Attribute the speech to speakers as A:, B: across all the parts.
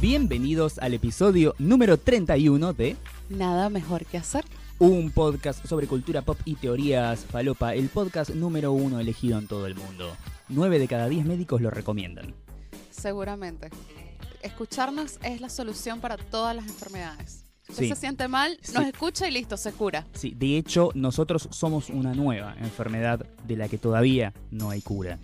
A: Bienvenidos al episodio número 31 de
B: Nada mejor que hacer.
A: Un podcast sobre cultura pop y teorías falopa, el podcast número uno elegido en todo el mundo. 9 de cada 10 médicos lo recomiendan.
B: Seguramente. Escucharnos es la solución para todas las enfermedades. Si usted
A: Sí.
B: se siente mal, nos
A: Sí.
B: escucha y listo, se cura.
A: Sí, de hecho, nosotros somos una nueva enfermedad de la que todavía no hay cura.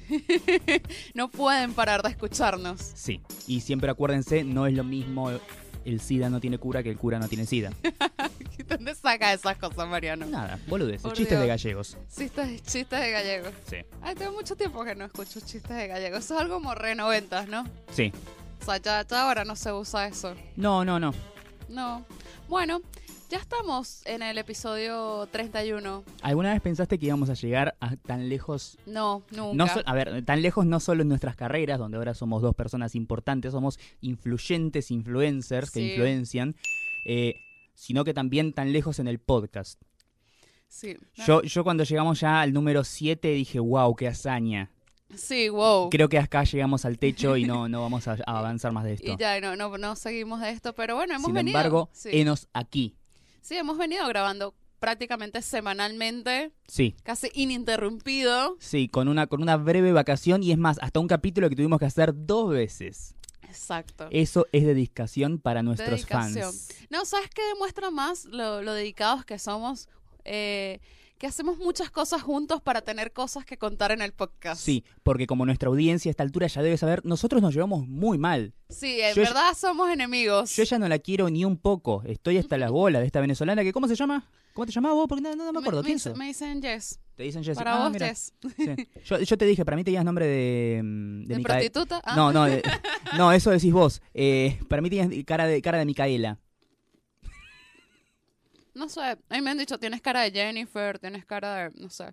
B: No pueden parar de escucharnos.
A: Sí, y siempre acuérdense, no es lo mismo el SIDA no tiene cura que el cura no tiene SIDA.
B: ¿Dónde saca esas cosas, Mariano?
A: Nada, boludeces,
B: Por
A: chistes
B: Dios.
A: de gallegos.
B: Chistes, chistes de gallego.
A: Sí.
B: Ay, tengo mucho tiempo que no escucho chistes de gallego. Eso es algo como re noventas, ¿no?
A: Sí.
B: O sea, ya, ya ahora no se usa eso.
A: No, no, no.
B: No. Bueno, ya estamos en el episodio 31.
A: ¿Alguna vez pensaste que íbamos a llegar a tan lejos
B: No, nunca.
A: No so- a ver, tan lejos no solo en nuestras carreras, donde ahora somos dos personas importantes, somos influyentes influencers que
B: Sí.
A: influencian, eh, sino que también tan lejos en el podcast.
B: Sí.
A: Yo, yo cuando llegamos ya al número 7 dije, wow, qué hazaña.
B: Sí, wow.
A: Creo que acá llegamos al techo y no, no vamos a, a avanzar más de esto.
B: Y ya, y no, no, no seguimos de esto, pero bueno, hemos
A: Sin
B: venido.
A: embargo,
B: sí.
A: enos aquí.
B: Sí, hemos venido grabando prácticamente semanalmente,
A: Sí.
B: casi ininterrumpido.
A: Sí, con una, con una breve vacación y es más, hasta un capítulo que tuvimos que hacer dos veces.
B: Exacto.
A: Eso es dedicación para nuestros
B: Dedicación.
A: fans.
B: Eh, No, ¿sabes qué demuestra más lo, lo dedicados que somos? Eh, que hacemos muchas cosas juntos para tener cosas que contar en el podcast.
A: Sí, porque como nuestra audiencia a esta altura ya debe saber, nosotros nos llevamos muy mal.
B: Sí, en
A: Yo ya-
B: verdad somos enemigos.
A: Yo ya no la quiero ni un poco. Estoy hasta las bolas de esta venezolana que, ¿cómo se llama? ¿Cómo te llamabas vos? Porque no, no me acuerdo.
B: Me,
A: ¿Quién
B: dice-
A: sos?
B: me dicen Jess.
A: Te dicen Jessica.
B: Para
A: Ah,
B: vos,
A: mira.
B: Jess.
A: Sí. Yo, yo te dije, para mí tenías nombre de... mm,
B: ¿De,
A: De, Micae-
B: prostituta? Ah,
A: No, no, de- no, eso decís vos. Eh, para mí tenías cara de, cara de Micaela.
B: No sé. A mí me han dicho, tienes cara de Jennifer, tienes cara de. No sé.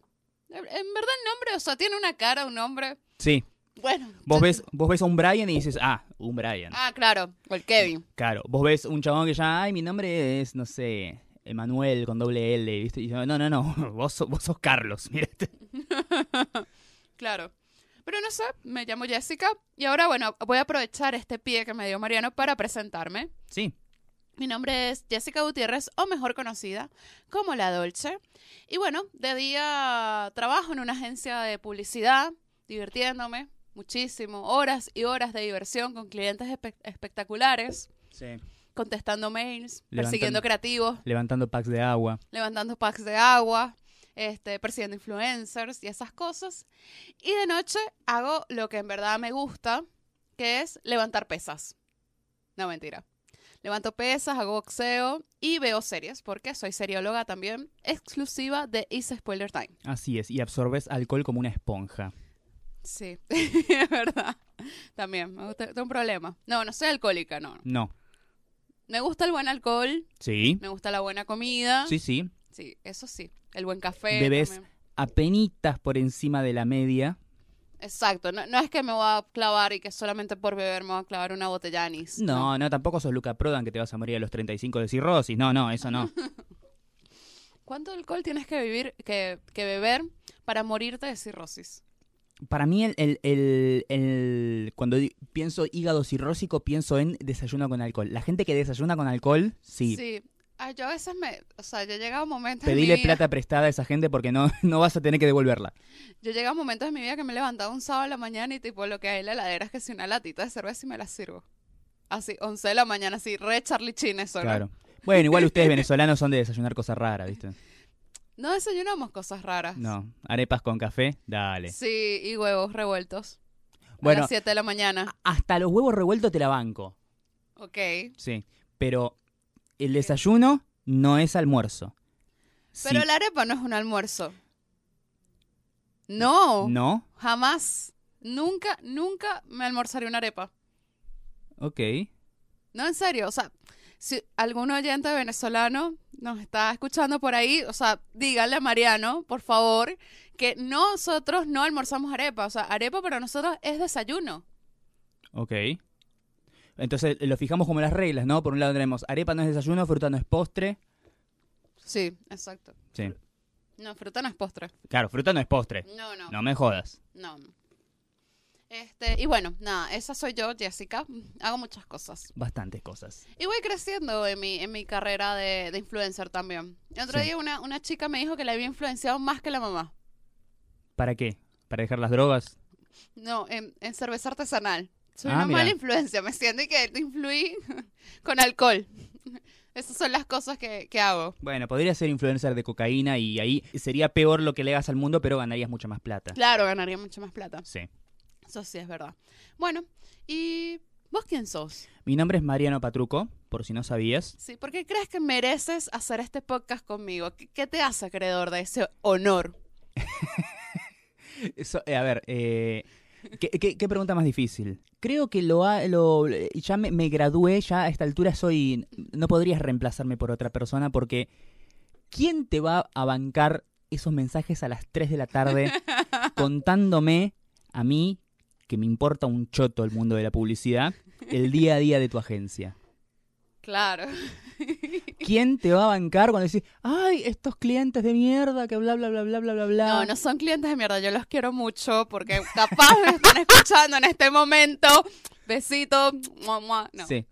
B: En verdad, el nombre, o sea, tiene una cara, un nombre.
A: Sí.
B: Bueno.
A: Vos
B: yo-
A: ves, vos ves a un Brian y dices, ah, un Brian.
B: Ah, claro, o el Kevin.
A: Claro. Vos ves un chabón que ya, ay, mi nombre es, no sé, Emanuel con doble L, ¿viste? Y yo, no, no, no, vos, sos- vos sos Carlos, mirá.
B: Claro. Pero no sé, me llamo Jessica y ahora, bueno, voy a aprovechar este pie que me dio Mariano para presentarme.
A: Sí.
B: Mi nombre es Jessica Gutiérrez, o mejor conocida como La Dolce. Y bueno, de día trabajo en una agencia de publicidad, divirtiéndome muchísimo, horas y horas de diversión con clientes espe- espectaculares,
A: Sí.
B: contestando mails,
A: Levantando-
B: persiguiendo creativos,
A: Levantando packs de agua.
B: levantando packs de agua, este, persiguiendo influencers y esas cosas. Y de noche hago lo que en verdad me gusta, que es levantar pesas. No, mentira. Levanto pesas, hago boxeo y veo series, porque soy serióloga también, exclusiva de Is Spoiler Time.
A: Así es, y absorbes alcohol como una esponja.
B: Sí, es verdad. También, me gusta, tengo un problema. No, no soy alcohólica, no. no.
A: No.
B: Me gusta el buen alcohol,
A: Sí.
B: me gusta la buena comida.
A: ¿Ah? Sí, sí.
B: Sí, eso sí. El buen café.
A: Debes-
B: también.
A: Apenitas por encima de la media.
B: Exacto, no, no es que me voy a clavar y que solamente por beber me voy a clavar una botella de anís.
A: No, no, tampoco sos Luca Prodan que te vas a morir a los 35 de cirrosis. No, no, eso no.
B: ¿Cuánto alcohol tienes que vivir, que, que beber para morirte de cirrosis?
A: Para mí, el, el- el- el- cuando di- pienso hígado cirrósico, pienso en desayuno con alcohol. La gente que desayuna con alcohol, sí.
B: Ay, yo a veces me, o sea, yo he llegado a momentos en mi
A: Pedile
B: vida-
A: plata prestada a esa gente porque no, no vas a tener que devolverla.
B: yo he llegado a momentos en mi vida que me he levantado un sábado a la mañana y tipo lo que hay en la heladera es que si una latita de cerveza y me la sirvo. Así, 11 de la mañana, así, re Charlie Chin eso, ¿no?
A: Claro. Bueno, igual ustedes venezolanos son de desayunar cosas raras, ¿viste?
B: No desayunamos cosas raras.
A: No. Arepas con café, dale.
B: Sí, y huevos revueltos. a
A: Bueno,
B: las 7 de la mañana.
A: hasta los huevos revueltos te la banco.
B: Ok.
A: Sí, pero el desayuno no es almuerzo. Sí,
B: Pero la arepa no es un almuerzo. No,
A: No,
B: jamás. Nunca, nunca me almorzaría una arepa.
A: ok.
B: No, en serio. O sea, si algún oyente venezolano nos está escuchando por ahí, o sea, díganle a Mariano, por favor, que nosotros no almorzamos arepa. O sea, arepa para nosotros es desayuno.
A: Ok. Entonces lo fijamos como las reglas, ¿no? Por un lado tenemos arepa no es desayuno, fruta no es postre.
B: Sí, exacto.
A: Sí.
B: No, fruta no es postre.
A: Claro, fruta no es postre.
B: No, no,
A: No me jodas.
B: no. Este, y bueno, nada, esa soy yo, Jessica. Hago muchas cosas.
A: Bastantes cosas.
B: Y voy creciendo en mi, en mi carrera de, de influencer también. El otro
A: Sí.
B: día una, una chica me dijo que la había influenciado más que la mamá.
A: ¿Para qué? ¿Para dejar las drogas?
B: No, en, en cerveza artesanal. Soy
A: Ah,
B: una
A: mira.
B: mala influencia, me siento y que te influí con alcohol. Esas son las cosas que, que hago.
A: Bueno, podría ser influencer de cocaína y ahí sería peor lo que le hagas al mundo, pero ganarías mucha más plata.
B: Claro, ganaría mucho más plata.
A: Sí.
B: Eso sí es verdad. Bueno, ¿y vos quién sos?
A: Mi nombre es Mariano Patruco, por si no sabías.
B: Sí, ¿por qué crees que mereces hacer este podcast conmigo? ¿Qué, qué te hace acreedor de ese honor?
A: Eso, eh, a ver, eh, ¿qué, qué- qué pregunta más difícil? Creo que lo, ha- lo eh, ya me, me gradué, ya a esta altura soy... No podrías reemplazarme por otra persona porque ¿quién te va a bancar esos mensajes a las 3 de la tarde contándome a mí, que me importa un choto el mundo de la publicidad, el día a día de tu agencia?
B: Claro.
A: ¿Quién te va a bancar cuando decís, ay, estos clientes de mierda que bla, bla, bla, bla, bla, bla, bla?
B: No, no son clientes de mierda, yo los quiero mucho porque capaz me están escuchando en este momento. Besito. Mua, mua. No.
A: Sí,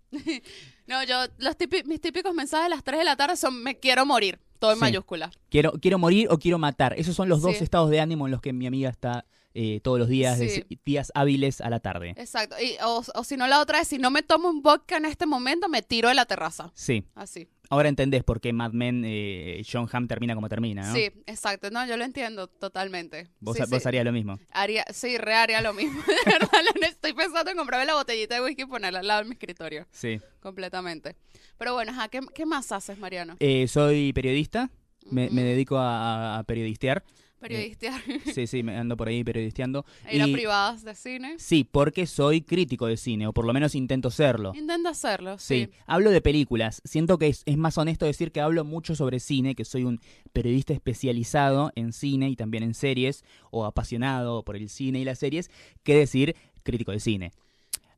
B: No, yo, los típi- mis típicos mensajes a las 3 de la tarde son me quiero morir, todo en
A: Sí.
B: mayúsculas.
A: quiero, quiero morir o quiero matar. Esos son los dos
B: Sí.
A: estados de ánimo en los que mi amiga está eh, todos los días, de
B: Sí.
A: se- días hábiles a la tarde.
B: Exacto. Y, o, o si no, la otra es, si no me tomo un vodka en este momento, me tiro de la terraza.
A: Sí,
B: Así.
A: ahora entendés por qué Mad Men, eh, John Hamm termina como termina, ¿no?
B: Sí, exacto. No, yo lo entiendo totalmente.
A: Vos,
B: sí,
A: vos
B: sí.
A: harías lo mismo.
B: Haría- sí, re haría lo mismo. De verdad, lo- estoy pensando en comprarme la botellita de whisky y ponerla al lado de mi escritorio.
A: Sí.
B: Completamente. Pero bueno, ajá, ¿qué, qué más haces, Mariano?
A: Eh, soy periodista, me, me
B: Ujú.
A: dedico a, a- a periodistear.
B: Periodistear,
A: Sí, sí, me ando por ahí periodisteando.
B: ir a
A: y-
B: privadas de cine.
A: Sí, porque soy crítico de cine, o por lo menos intento serlo.
B: Intenta hacerlo,
A: Sí.
B: sí.
A: hablo de películas. Siento que es, es más honesto decir que hablo mucho sobre cine, que soy un periodista especializado en cine y también en series, o apasionado por el cine y las series, que decir crítico de cine.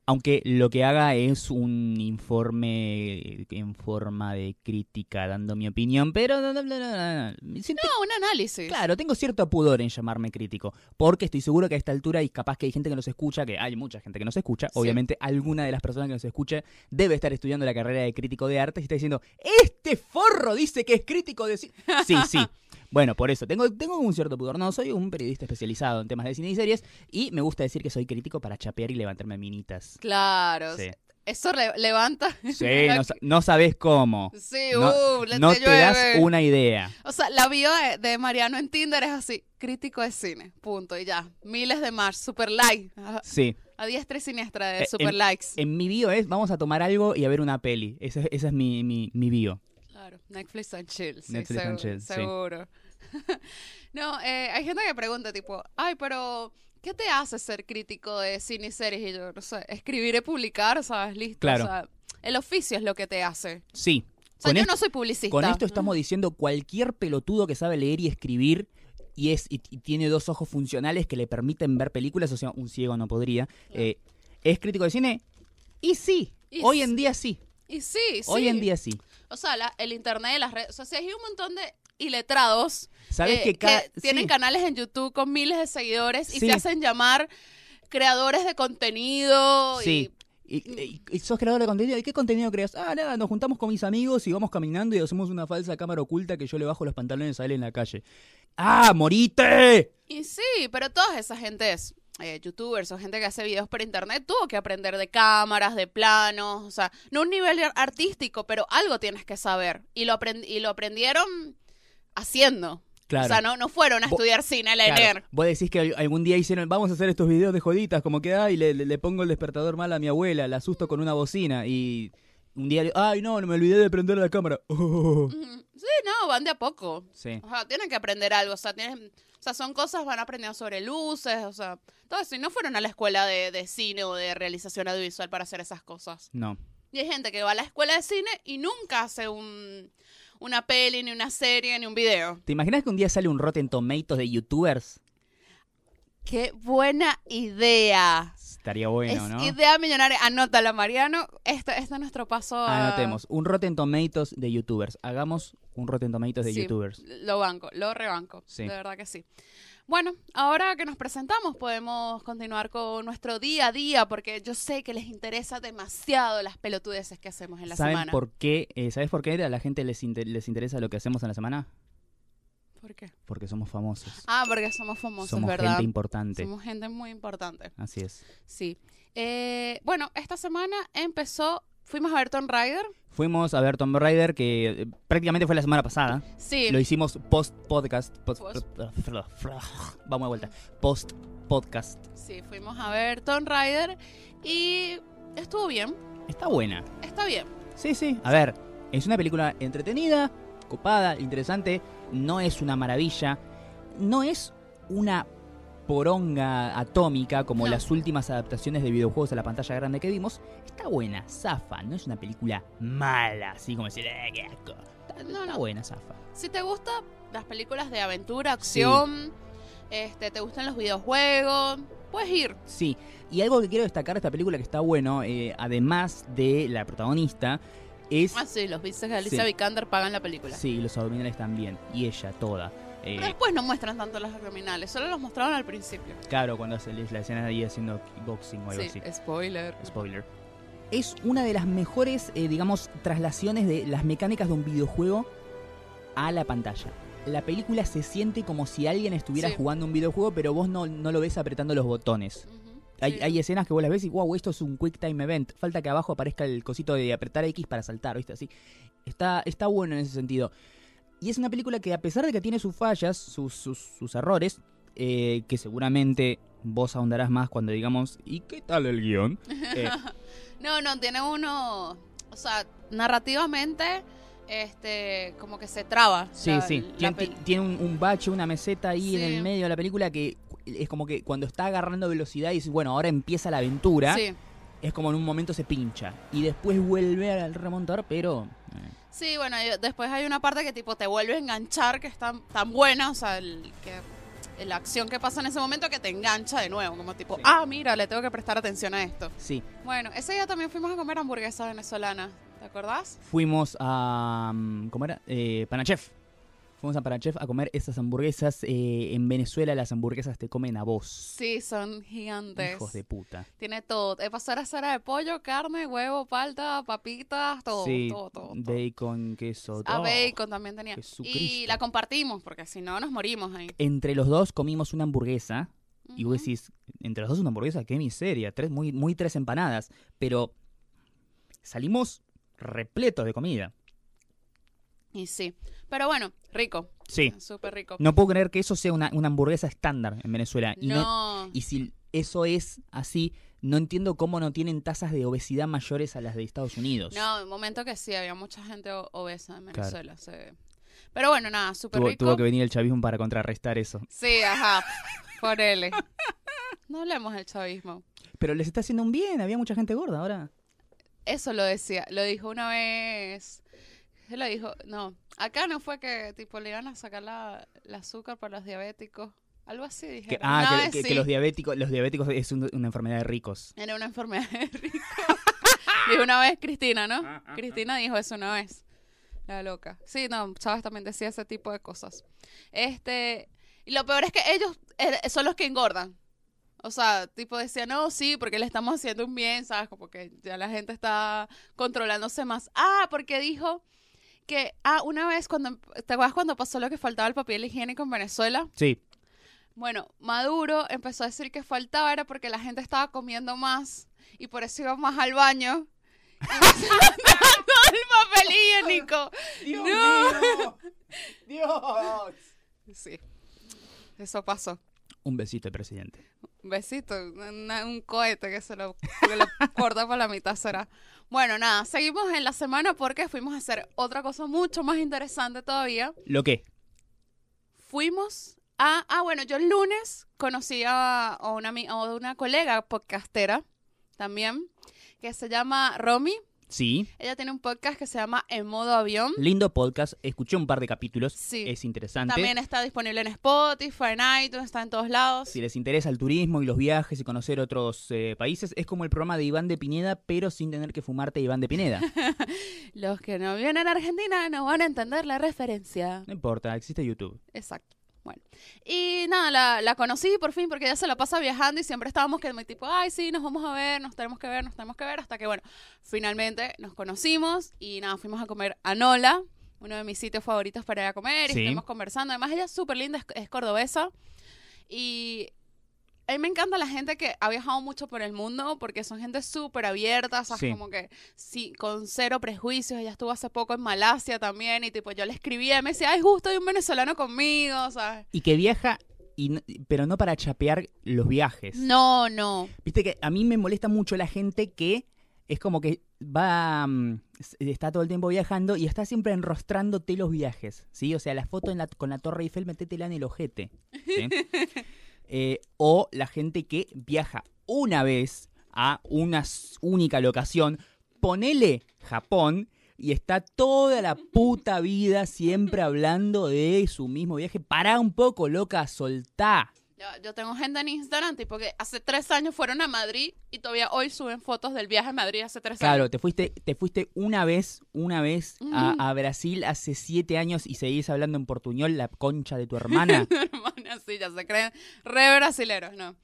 A: Aunque lo que haga es un informe en forma de crítica, dando mi opinión, pero no, no, no, no, no. Siento-
B: No, Ah, un análisis.
A: Claro, tengo cierto pudor en llamarme crítico, porque estoy seguro que a esta altura y capaz que hay gente que nos escucha, que hay mucha gente que nos escucha,
B: Sí.
A: obviamente alguna de las personas que nos escucha debe estar estudiando la carrera de crítico de arte y está diciendo, este forro dice que es crítico de cine. Sí, sí. Bueno, por eso, tengo, tengo un cierto pudor. No, soy un periodista especializado en temas de cine y series y me gusta decir que soy crítico para chapear y levantarme minitas.
B: Claro.
A: Sí,
B: Eso le- levanta.
A: Sí, no, sa- no sabes cómo.
B: Sí,
A: No-
B: uh, le-
A: No
B: te
A: te das
B: llueve.
A: una idea.
B: O sea, la bio de, de Mariano en Tinder es así, crítico de cine, punto, y ya. Miles de más, super like, a,
A: Sí.
B: a diestra y siniestra
A: Eh,
B: de
A: en-
B: super likes.
A: En mi bio es vamos a tomar algo y a ver una peli. Esa, esa es mi, mi, mi bio.
B: Claro, Netflix and chill, sí,
A: Netflix
B: seguro.
A: and chill, sí.
B: seguro. no, eh, hay gente que pregunta tipo, ay, pero ¿qué te hace ser crítico de cine y series? Y yo, no sé, escribir y publicar, ¿sabes? Listo.
A: Claro.
B: O sea, el oficio es lo que te hace.
A: Sí.
B: O sea,
A: Con,
B: yo
A: esto,
B: no soy publicista.
A: con esto estamos diciendo cualquier pelotudo que sabe leer y escribir y, es, y, y tiene dos ojos funcionales que le permiten ver películas, o sea, un ciego no podría. eh, ¿Es crítico de cine? Y sí.
B: Y
A: hoy
B: sí.
A: en día sí.
B: Y sí, sí.
A: Hoy en día sí.
B: O sea, la- el internet, las redes, o sea, sí hay un montón de iletrados
A: ¿Sabes
B: eh,
A: que, ca-
B: tienen
A: sí.
B: canales en YouTube con miles de seguidores y
A: Sí.
B: se hacen llamar creadores de contenido.
A: Sí. Y, y- y sos creador de contenido. ¿Y qué contenido creas? Ah, nada, nos juntamos con mis amigos y vamos caminando y hacemos una falsa cámara oculta que yo le bajo los pantalones a él en la calle. ¡Ah, morite!
B: Y, y sí, pero toda esa gente es eh, youtubers o gente que hace videos por internet, tuvo que aprender de cámaras, de planos, o sea, no un nivel ar- artístico, pero algo tienes que saber. Y lo, aprend- y lo aprendieron haciendo.
A: Claro.
B: O sea, no, no fueron a
A: Bo-
B: estudiar cine a
A: claro.
B: leer.
A: Vos decís que al- algún día hicieron, vamos a hacer estos videos de joditas, como que, ay, le, le- le pongo el despertador mal a mi abuela, la asusto con una bocina y un día, le- ay, no, no me olvidé de prender la cámara. Oh.
B: Ujú. Sí, no, van de a poco.
A: Sí,
B: O sea, tienen que aprender algo. O sea, tienen, o sea, son cosas van aprendiendo sobre luces, o sea, todo eso. Y no fueron a la escuela de, de cine o de realización audiovisual para hacer esas cosas.
A: no.
B: Y hay gente que va a la escuela de cine y nunca hace un, una peli, ni una serie, ni un video.
A: ¿Te imaginas que un día sale un Rotten Tomatoes de youtubers?
B: ¡Qué buena idea!
A: Estaría bueno,
B: es
A: ¿no?
B: idea millonaria. Anótala, Mariano. Este, este es nuestro paso a...
A: Ah, Anotemos, un Rotten Tomatoes de youtubers. Hagamos un Rotten Tomatoes de
B: Sí.
A: youtubers.
B: Lo banco, lo rebanco.
A: Sí.
B: De verdad que sí. Bueno, ahora que nos presentamos podemos continuar con nuestro día a día porque yo sé que les interesa demasiado las pelotudeces que hacemos en la
A: ¿Saben
B: semana.
A: por qué? eh, ¿Sabes por qué a la gente les, inter- les interesa lo que hacemos en la semana?
B: ¿Por qué?
A: Porque somos famosos.
B: Ah, porque somos famosos,
A: somos
B: ¿verdad?
A: gente importante.
B: Somos gente muy importante.
A: Así es.
B: Sí. Eh, bueno, esta semana empezó, fuimos a ver Tomb Raider.
A: Fuimos a ver Tomb Raider, que eh, prácticamente fue la semana pasada.
B: Sí.
A: Lo hicimos post-podcast. post-
B: Post.
A: Vamos de vuelta. Post-podcast.
B: Sí, fuimos a ver Tomb Raider y estuvo bien,
A: Está buena.
B: está bien.
A: Sí, sí. A ver, es una película entretenida, copada, interesante. No es una maravilla. No es una poronga atómica como
B: No.
A: las últimas adaptaciones de videojuegos a la pantalla grande que vimos. Está buena, zafa. No es una película mala, así como decir, "Eh, qué asco". Está,
B: No,
A: está
B: no.
A: buena, zafa.
B: Si te gustan las películas de aventura, acción, este, te gustan los videojuegos, puedes ir.
A: Sí, y algo que quiero destacar de esta película que está bueno, eh, además de la protagonista, es...
B: Ah, sí, los bices de Alicia
A: Sí.
B: Vikander pagan la película.
A: Sí, los abdominales también, y ella toda. Eh,
B: Pero después no muestran tanto los abdominales, solo los mostraron al principio.
A: claro, cuando hace la escena de ahí haciendo kickboxing o algo
B: Sí,
A: así.
B: spoiler.
A: Spoiler. Es una de las mejores, eh, digamos, traslaciones de las mecánicas de un videojuego a la pantalla. La película se siente como si alguien estuviera
B: Sí.
A: jugando un videojuego, pero vos no, no lo ves apretando los botones.
B: Ujú,
A: Hay,
B: sí.
A: hay escenas que vos las ves y, wow, esto es un quick time event. Falta que abajo aparezca el cosito de apretar X para saltar, ¿viste? Así. Está, está bueno en ese sentido. Y es una película que, a pesar de que tiene sus fallas, sus, sus, sus errores, eh, que seguramente vos ahondarás más cuando digamos, ¿y qué tal el guión? Eh,
B: No, no, tiene uno. O sea, narrativamente, este, como que se traba.
A: sí,
B: la-
A: sí.
B: la
A: Tien- ti-
B: pel-
A: Tiene, un, un bache, una meseta ahí en
B: Sí.
A: el medio de la película que es como que cuando está agarrando velocidad y dices, bueno, ahora empieza la aventura,
B: Sí.
A: es como en un momento se pincha. Y después vuelve al remontar, pero. eh,
B: Sí, bueno, y después hay una parte que tipo te vuelve a enganchar, que es tan, tan buena, o sea, el- que, la acción que pasa en ese momento que te engancha de nuevo, como tipo,
A: Sí.
B: ah, mira, le tengo que prestar atención a esto.
A: sí.
B: Bueno, ese día también fuimos a comer hamburguesas venezolanas, ¿te acordás?
A: fuimos a. mm, ¿Cómo era? Eh, Panachef. Fuimos a Panachef a comer esas hamburguesas. eh, en Venezuela las hamburguesas te comen a vos.
B: Sí, son gigantes.
A: Hijos de puta.
B: Tiene todo. Eh, pasó la cera de pollo, carne, huevo, palta, papitas, todo,
A: sí,
B: todo, todo. todo.
A: bacon, queso,
B: Ah,
A: todo.
B: bacon también tenía. Y
A: Oh, Jesucristo.
B: la compartimos, porque si no nos morimos ahí.
A: Entre los dos comimos una hamburguesa. Y vos
B: Ujú.
A: decís, entre los dos una hamburguesa, qué miseria. Tres, muy, muy tres empanadas. Pero salimos repletos de comida.
B: Y sí. Pero bueno, rico.
A: Sí.
B: Súper rico.
A: No puedo creer que eso sea una, una hamburguesa estándar en Venezuela. Y no,
B: No.
A: Y si eso es así, no entiendo cómo no tienen tasas de obesidad mayores a las de Estados Unidos.
B: No, un momento que sí, había mucha gente o- obesa en Venezuela. se- Pero bueno, nada, súper
A: tuvo,
B: rico.
A: tuvo que venir el chavismo para contrarrestar eso.
B: Sí, ajá, por él. No hablemos del chavismo.
A: Pero les está haciendo un bien, había mucha gente gorda ahora.
B: Eso lo decía, lo dijo una vez. Se lo dijo, no, acá no fue que tipo le iban a sacar la, el azúcar para los diabéticos. Algo así dije.
A: Que, ah, que, que- que los diabéticos, los diabéticos es un- una enfermedad de ricos.
B: Era una enfermedad de rico. dijo una vez Cristina, ¿no? Cristina dijo eso una vez. La loca. Sí, no, Chávez también decía ese tipo de cosas. Este, y lo peor es que ellos eh, son los que engordan. O sea, tipo decía, no, sí, porque le estamos haciendo un bien, ¿sabes? Como que ya la gente está controlándose más. Ah, porque dijo que, ah, una vez cuando, ¿te acuerdas cuando pasó lo que faltaba el papel higiénico en Venezuela?
A: Sí,
B: Bueno, Maduro empezó a decir que faltaba era porque la gente estaba comiendo más y por eso iba más al baño. Y no se mandaba todo el papel higiénico.
C: Dios
B: No.
C: mío. Dios.
B: Sí, eso pasó.
A: un besito, presidente.
B: Un besito, una- un cohete que se lo, que lo corta por la mitad será. Bueno, nada, seguimos en la semana porque fuimos a hacer otra cosa mucho más interesante todavía.
A: ¿Lo qué?
B: Fuimos a... Ah, bueno, yo el lunes conocí a, a una, ami- a una colega podcastera también que se llama Romy.
A: Sí,
B: Ella tiene un podcast que se llama En modo avión.
A: lindo podcast, escuché un par de capítulos,
B: ¿Mm? Sí.
A: es interesante.
B: También está disponible en Spotify, en iTunes, está en todos lados.
A: Si les interesa el turismo y los viajes y conocer otros eh, países, es como el programa de Iván de Pineda, pero sin tener que fumarte Iván de Pineda.
B: Los que no vienen a Argentina no van a entender la referencia.
A: No importa, existe YouTube.
B: Exacto. Y nada, la, la conocí por fin porque ella se la pasa viajando y siempre estábamos que muy tipo, ay, sí, nos vamos a ver, nos tenemos que ver, nos tenemos que ver, hasta que bueno, finalmente nos conocimos y nada, fuimos a comer a Nola, uno de mis sitios favoritos para ir a comer,
A: Sí.
B: y estuvimos conversando. Además, ella es súper linda, es, es cordobesa y a mí me encanta la gente que ha viajado mucho por el mundo porque son gente súper abierta, o sea,
A: Sí.
B: como que sí, con cero prejuicios. Ella estuvo hace poco en Malasia también y tipo yo le escribía y me decía, ay, justo hay un venezolano conmigo, o sea.
A: Y que viaja, y n- pero no para chapear los viajes.
B: No, no.
A: Viste que a mí me molesta mucho la gente que es como que va, mm, s- está todo el tiempo viajando y está siempre enrostrándote los viajes, ¿sí? O sea, la foto en la- con la Torre Eiffel, metétela en el ojete, ¿sí? Eh, o la gente que viaja una vez a una s- única locación, ponele Japón y está toda la puta vida siempre hablando de su mismo viaje. Pará un poco, loca, soltá.
B: Yo, yo tengo gente en Instagram, tipo que hace tres años fueron a Madrid y todavía hoy suben fotos del viaje a Madrid hace tres
A: Claro,
B: años.
A: te fuiste, te fuiste una vez, una vez a, a Brasil hace siete años y seguís hablando en portuñol, la concha de tu hermana.
B: Hermana, sí, ya se creen re brasileros, ¿no?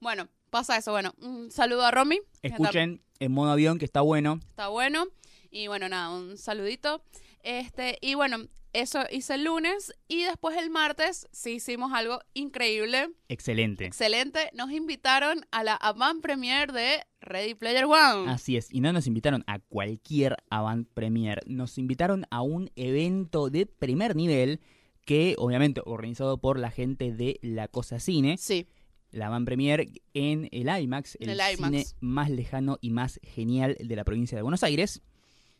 B: Bueno, pasa eso. Bueno, un saludo a Romy. que está-
A: Escuchen en modo avión que está bueno.
B: Está bueno. Y bueno, nada, un saludito. Este, y bueno, eso hice el lunes. Y después el martes sí hicimos algo increíble,
A: Excelente.
B: excelente. Nos invitaron a la avant premiere de Ready Player One.
A: Así es, y no nos invitaron a cualquier avant premier, nos invitaron a un evento de primer nivel que obviamente organizado por la gente de La Cosa Cine,
B: Sí.
A: la van premier en el IMAX,
B: En
A: el,
B: el IMAX.
A: cine más lejano y más genial de la provincia de Buenos Aires.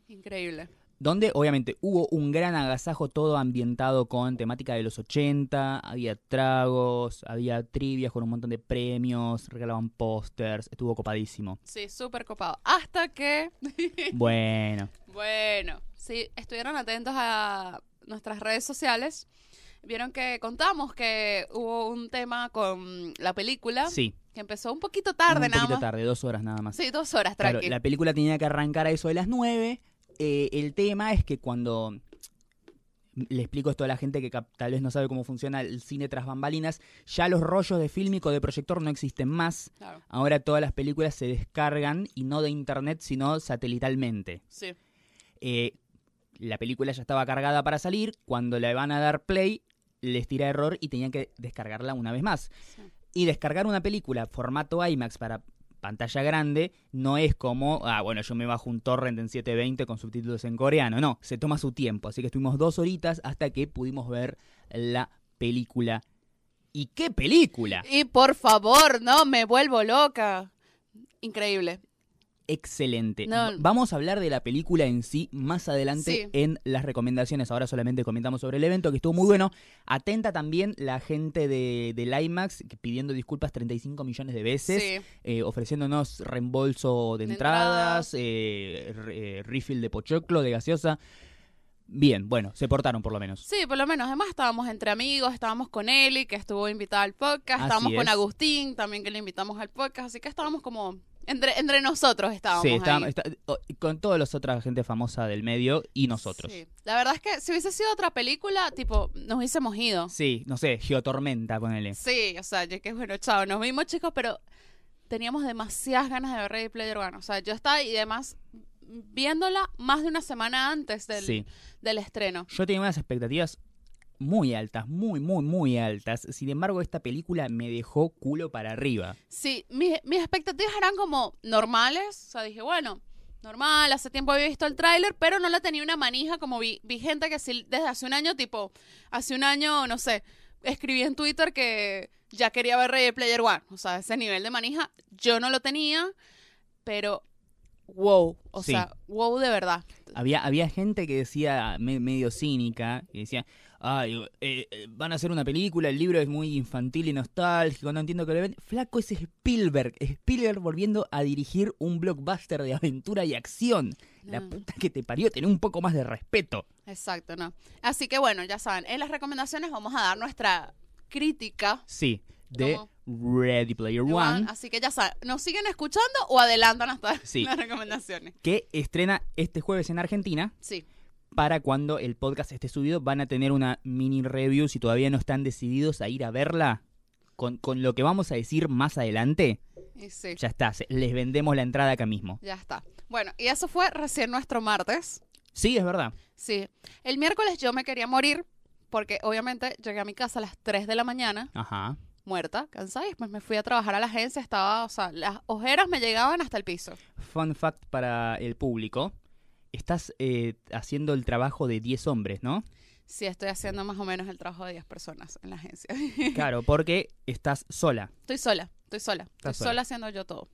B: Increíble.
A: donde obviamente hubo un gran agasajo todo ambientado con temática de los 80, había tragos, había trivias con un montón de premios, regalaban pósters, estuvo copadísimo.
B: Sí, súper copado. Hasta que,
A: Bueno,
B: bueno, si estuvieron atentos a nuestras redes sociales, vieron que contamos que hubo un tema con la película
A: sí,
B: que empezó un poquito tarde
A: un
B: nada
A: poquito
B: más.
A: tarde, dos horas nada más.
B: Sí, dos horas,
A: Claro,
B: tranqui.
A: la película tenía que arrancar a eso de las 9. Eh, el tema es que cuando... mm, Le explico esto a la gente que cap- tal vez no sabe cómo funciona el cine tras bambalinas. Ya los rollos de fílmico de proyector no existen más.
B: Claro,
A: Ahora todas las películas se descargan y no de internet, sino satelitalmente.
B: sí.
A: Eh, la película ya estaba cargada para salir, cuando le van a dar play, les tira error y tenían que descargarla una vez más.
B: Sí.
A: Y descargar una película formato IMAX para pantalla grande no es como, ah, bueno, yo me bajo un torrent en 720 con subtítulos en coreano. No, se toma su tiempo. Así que estuvimos dos horitas hasta que pudimos ver la película. ¿Y qué película?
B: Y por favor, no, me vuelvo loca. Increíble.
A: excelente.
B: No.
A: V- Vamos a hablar de la película en sí más adelante
B: Sí.
A: en las recomendaciones. Ahora solamente comentamos sobre el evento que estuvo muy bueno. Atenta también la gente de, del IMAX que pidiendo disculpas 35 millones de veces,
B: Sí,
A: eh, ofreciéndonos reembolso de,
B: De
A: entradas, eh, re- eh, refill de pochoclo, de gaseosa. Bien, bueno, se portaron por lo menos.
B: sí, por lo menos. Además, estábamos entre amigos, estábamos con Eli, que estuvo invitada al podcast,
A: Así
B: estábamos con
A: es.
B: Agustín, también que le invitamos al podcast, así que estábamos como entre, entre nosotros estábamos.
A: Sí,
B: ahí.
A: está- está- o- con todos los otra gente famosa del medio y nosotros.
B: Sí. La verdad es que si hubiese sido otra película, tipo, nos hubiésemos ido.
A: Sí, no sé, Geotormenta, ponele.
B: Sí, o sea, yo que bueno, chao, nos vimos chicos, pero teníamos demasiadas ganas de ver Ready Player One. O sea, yo estaba y además viéndola más de una semana antes del,
A: Sí.
B: del estreno.
A: Yo tenía unas expectativas muy altas, muy, muy, muy altas. Sin embargo, esta película me dejó culo para arriba.
B: Sí, mis, mis expectativas eran como normales. O sea, dije, bueno, normal, hace tiempo había visto el tráiler, pero no la tenía una manija como vi, vi gente que sí, desde hace un año, tipo, hace un año, no sé, escribí en Twitter que ya quería ver Ready Player One. O sea, ese nivel de manija yo no lo tenía, pero wow, o
A: Sí.
B: sea, wow de verdad.
A: Había, había gente que decía, me- medio cínica, que decía, ay, eh, eh, van a hacer una película, el libro es muy infantil y nostálgico, no entiendo que lo ven. Flaco es Spielberg, Spielberg volviendo a dirigir un blockbuster de aventura y acción. La
B: No.
A: puta que te parió, tener un poco más de respeto.
B: Exacto, ¿no? Así que bueno, ya saben, en las recomendaciones vamos a dar nuestra crítica
A: Sí, de Ready Player
B: Igual,
A: One,
B: Así que ya saben, ¿nos siguen escuchando o adelantan hasta
A: Sí.
B: las recomendaciones?
A: que estrena este jueves en Argentina.
B: Sí.
A: para cuando el podcast esté subido van a tener una mini review si todavía no están decididos a ir a verla. Con, con lo que vamos a decir más adelante,
B: Y sí,
A: ya está, se- les vendemos la entrada acá mismo.
B: ya está. Bueno, y eso fue recién nuestro martes.
A: Sí, es verdad.
B: Sí. El miércoles yo me quería morir porque obviamente llegué a mi casa a las 3 de la mañana,
A: Ajá.
B: muerta, cansada, y después me fui a trabajar a la agencia, estaba, o sea, las ojeras me llegaban hasta el piso.
A: Fun fact para el público. Estás eh, haciendo el trabajo de 10 hombres, ¿no?
B: Sí, estoy haciendo más o menos el trabajo de 10 personas en la agencia.
A: Claro, porque estás sola.
B: Estoy sola, estoy sola. Estoy
A: Estás sola.
B: sola. haciendo yo todo.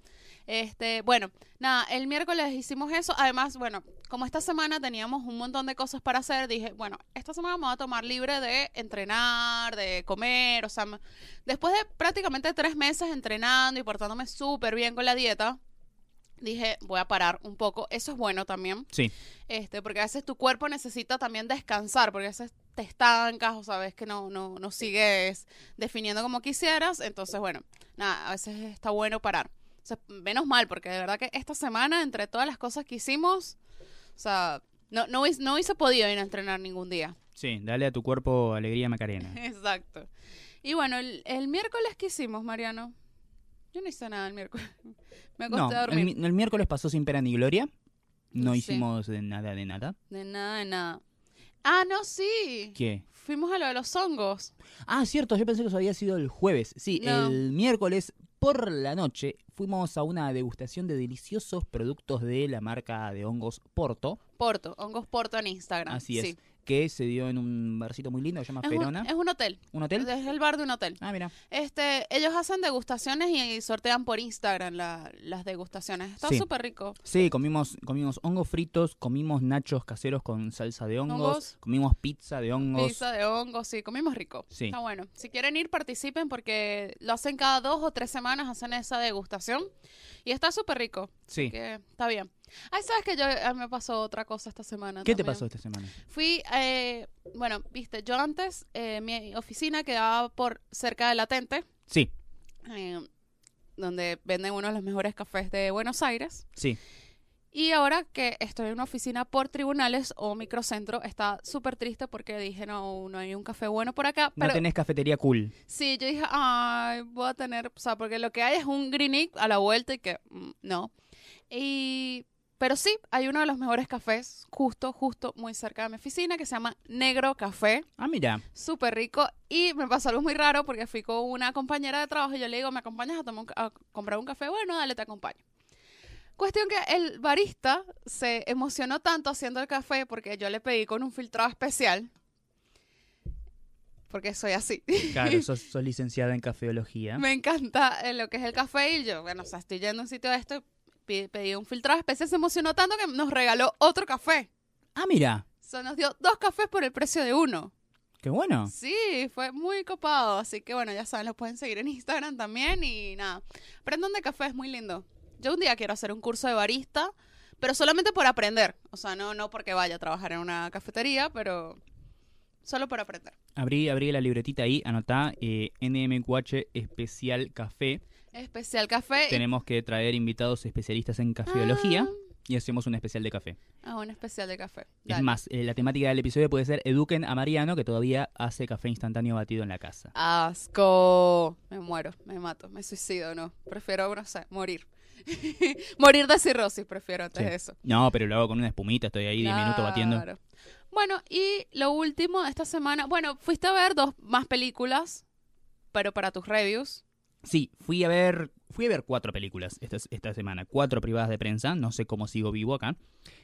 B: Este, bueno, nada, el miércoles hicimos eso. Además, bueno, como esta semana teníamos un montón de cosas para hacer, dije, bueno, esta semana me voy a tomar libre de entrenar, de comer, o sea, me- después de prácticamente tres meses entrenando y portándome súper bien con la dieta, dije, voy a parar un poco. Eso es bueno también.
A: Sí.
B: Este, porque a veces tu cuerpo necesita también descansar, porque a veces te estancas o sabes que no, no, no sigues definiendo como quisieras. Entonces, bueno, nada, a veces está bueno parar. O sea, menos mal, porque de verdad que esta semana, entre todas las cosas que hicimos, o sea, no, no, hubies- no hubiese podido ir a entrenar ningún día.
A: Sí, dale a tu cuerpo alegría Macarena.
B: Exacto. Y bueno, el, el miércoles que hicimos, Mariano. Yo no hice nada el miércoles. Me acosté
A: No,
B: a
A: el,
B: dormir.
A: mi- el miércoles pasó sin pena ni gloria. No
B: Sí.
A: hicimos eh, nada de nada.
B: De nada, de nada. Ah, no, sí.
A: ¿Qué?
B: Fuimos a lo de los hongos.
A: Ah, cierto, yo pensé que eso había sido el jueves. Sí,
B: No.
A: el miércoles por la noche fuimos a una degustación de deliciosos productos de la marca de hongos Porto,
B: Porto, hongos Porto en Instagram.
A: Así es.
B: sí.
A: que se dio en un barcito muy lindo que se llama
B: Es un,
A: Perona.
B: es un hotel.
A: ¿Un hotel?
B: Es el bar de un hotel.
A: Ah, mira.
B: Este, ellos hacen degustaciones y, sortean por Instagram la- las degustaciones. Está
A: Sí.
B: súper rico.
A: Sí, comimos, comimos hongos fritos, comimos nachos caseros con salsa de hongos,
B: Hongos.
A: comimos pizza de hongos.
B: Pizza de hongos, sí, comimos rico.
A: Sí.
B: Está bueno. Si quieren ir, participen porque lo hacen cada dos o tres semanas, hacen esa degustación. Y está súper rico.
A: Sí. ¿Qué,
B: Que está bien. Ay, sabes que yo a mí me pasó otra cosa esta semana.
A: te
B: también.
A: pasó esta semana?
B: Fui, eh, bueno, viste, yo antes, eh, mi oficina quedaba por cerca de Latente,
A: Sí,
B: eh, donde venden uno de los mejores cafés de Buenos Aires.
A: sí.
B: Y ahora que estoy en una oficina por tribunales o microcentro, está súper triste porque dije, no, no hay un café bueno por acá.
A: No
B: Pero
A: tenés cafetería cool.
B: sí, yo dije, ay, voy a tener, o sea, porque lo que hay es un green egg a la vuelta y que mm, no. Y, pero sí, hay uno de los mejores cafés, justo, justo, muy cerca de mi oficina, que se llama Negro Café.
A: Ah, mira.
B: súper rico y me pasó algo muy raro porque fui con una compañera de trabajo y yo le digo, ¿me acompañas a, tomar un ca- a comprar un café? Bueno, dale, te acompaño. Cuestión que el barista se emocionó tanto haciendo el café porque yo le pedí con un filtrado especial. Porque soy así.
A: Claro, sos, sos licenciada en cafeología.
B: Me encanta eh, lo que es el café y yo, bueno, o sea, estoy yendo a un sitio de esto, pi- pedí un filtrado especial, se emocionó tanto que nos regaló otro café.
A: Ah, mira.
B: O sea, nos dio dos cafés por el precio de uno.
A: Qué bueno.
B: Sí, fue muy copado. Así que bueno, ya saben, los pueden seguir en Instagram también y nada. Aprendan de café, es muy lindo. Yo un día quiero hacer un curso de barista, pero solamente por aprender. O sea, no, no porque vaya a trabajar en una cafetería, pero solo por aprender.
A: Abrí, abrí la libretita ahí, anotá eh, NMQH especial café.
B: Especial café. y-
A: Tenemos que traer invitados especialistas en cafeología y hacemos un especial de café.
B: Ah, ah, un especial de café.
A: Es
B: Dale.
A: más, eh, la temática del episodio puede ser eduquen a Mariano que todavía hace café instantáneo batido en la casa.
B: Asco. Me muero, me mato, me suicido, no. Prefiero, no sé, morir. morir de cirrosis, prefiero antes
A: Sí.
B: de eso.
A: No, pero lo hago con una espumita, estoy ahí 10 minutos batiendo.
B: Claro. Bueno, y lo último de esta semana, bueno, fuiste a ver dos más películas, pero para tus reviews.
A: Sí, fui a ver, fui a ver cuatro películas esta, esta semana, cuatro privadas de prensa, no sé cómo sigo vivo acá.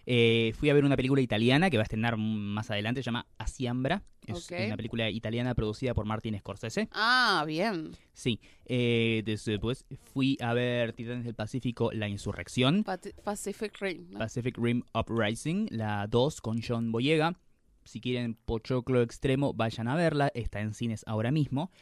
A: Eh, fui a ver una película italiana que va a estrenar más adelante, se llama Asiambra, es
B: Ok.
A: una película italiana producida por Martin Scorsese.
B: Ah, bien.
A: Sí, eh, después fui a ver Titanes del Pacífico, La Insurrección,
B: Pati- Pacific Rim. ¿no?
A: Pacific Rim Uprising, la 2 con John Boyega. Si quieren Pochoclo Extremo, vayan a verla, está en cines ahora mismo.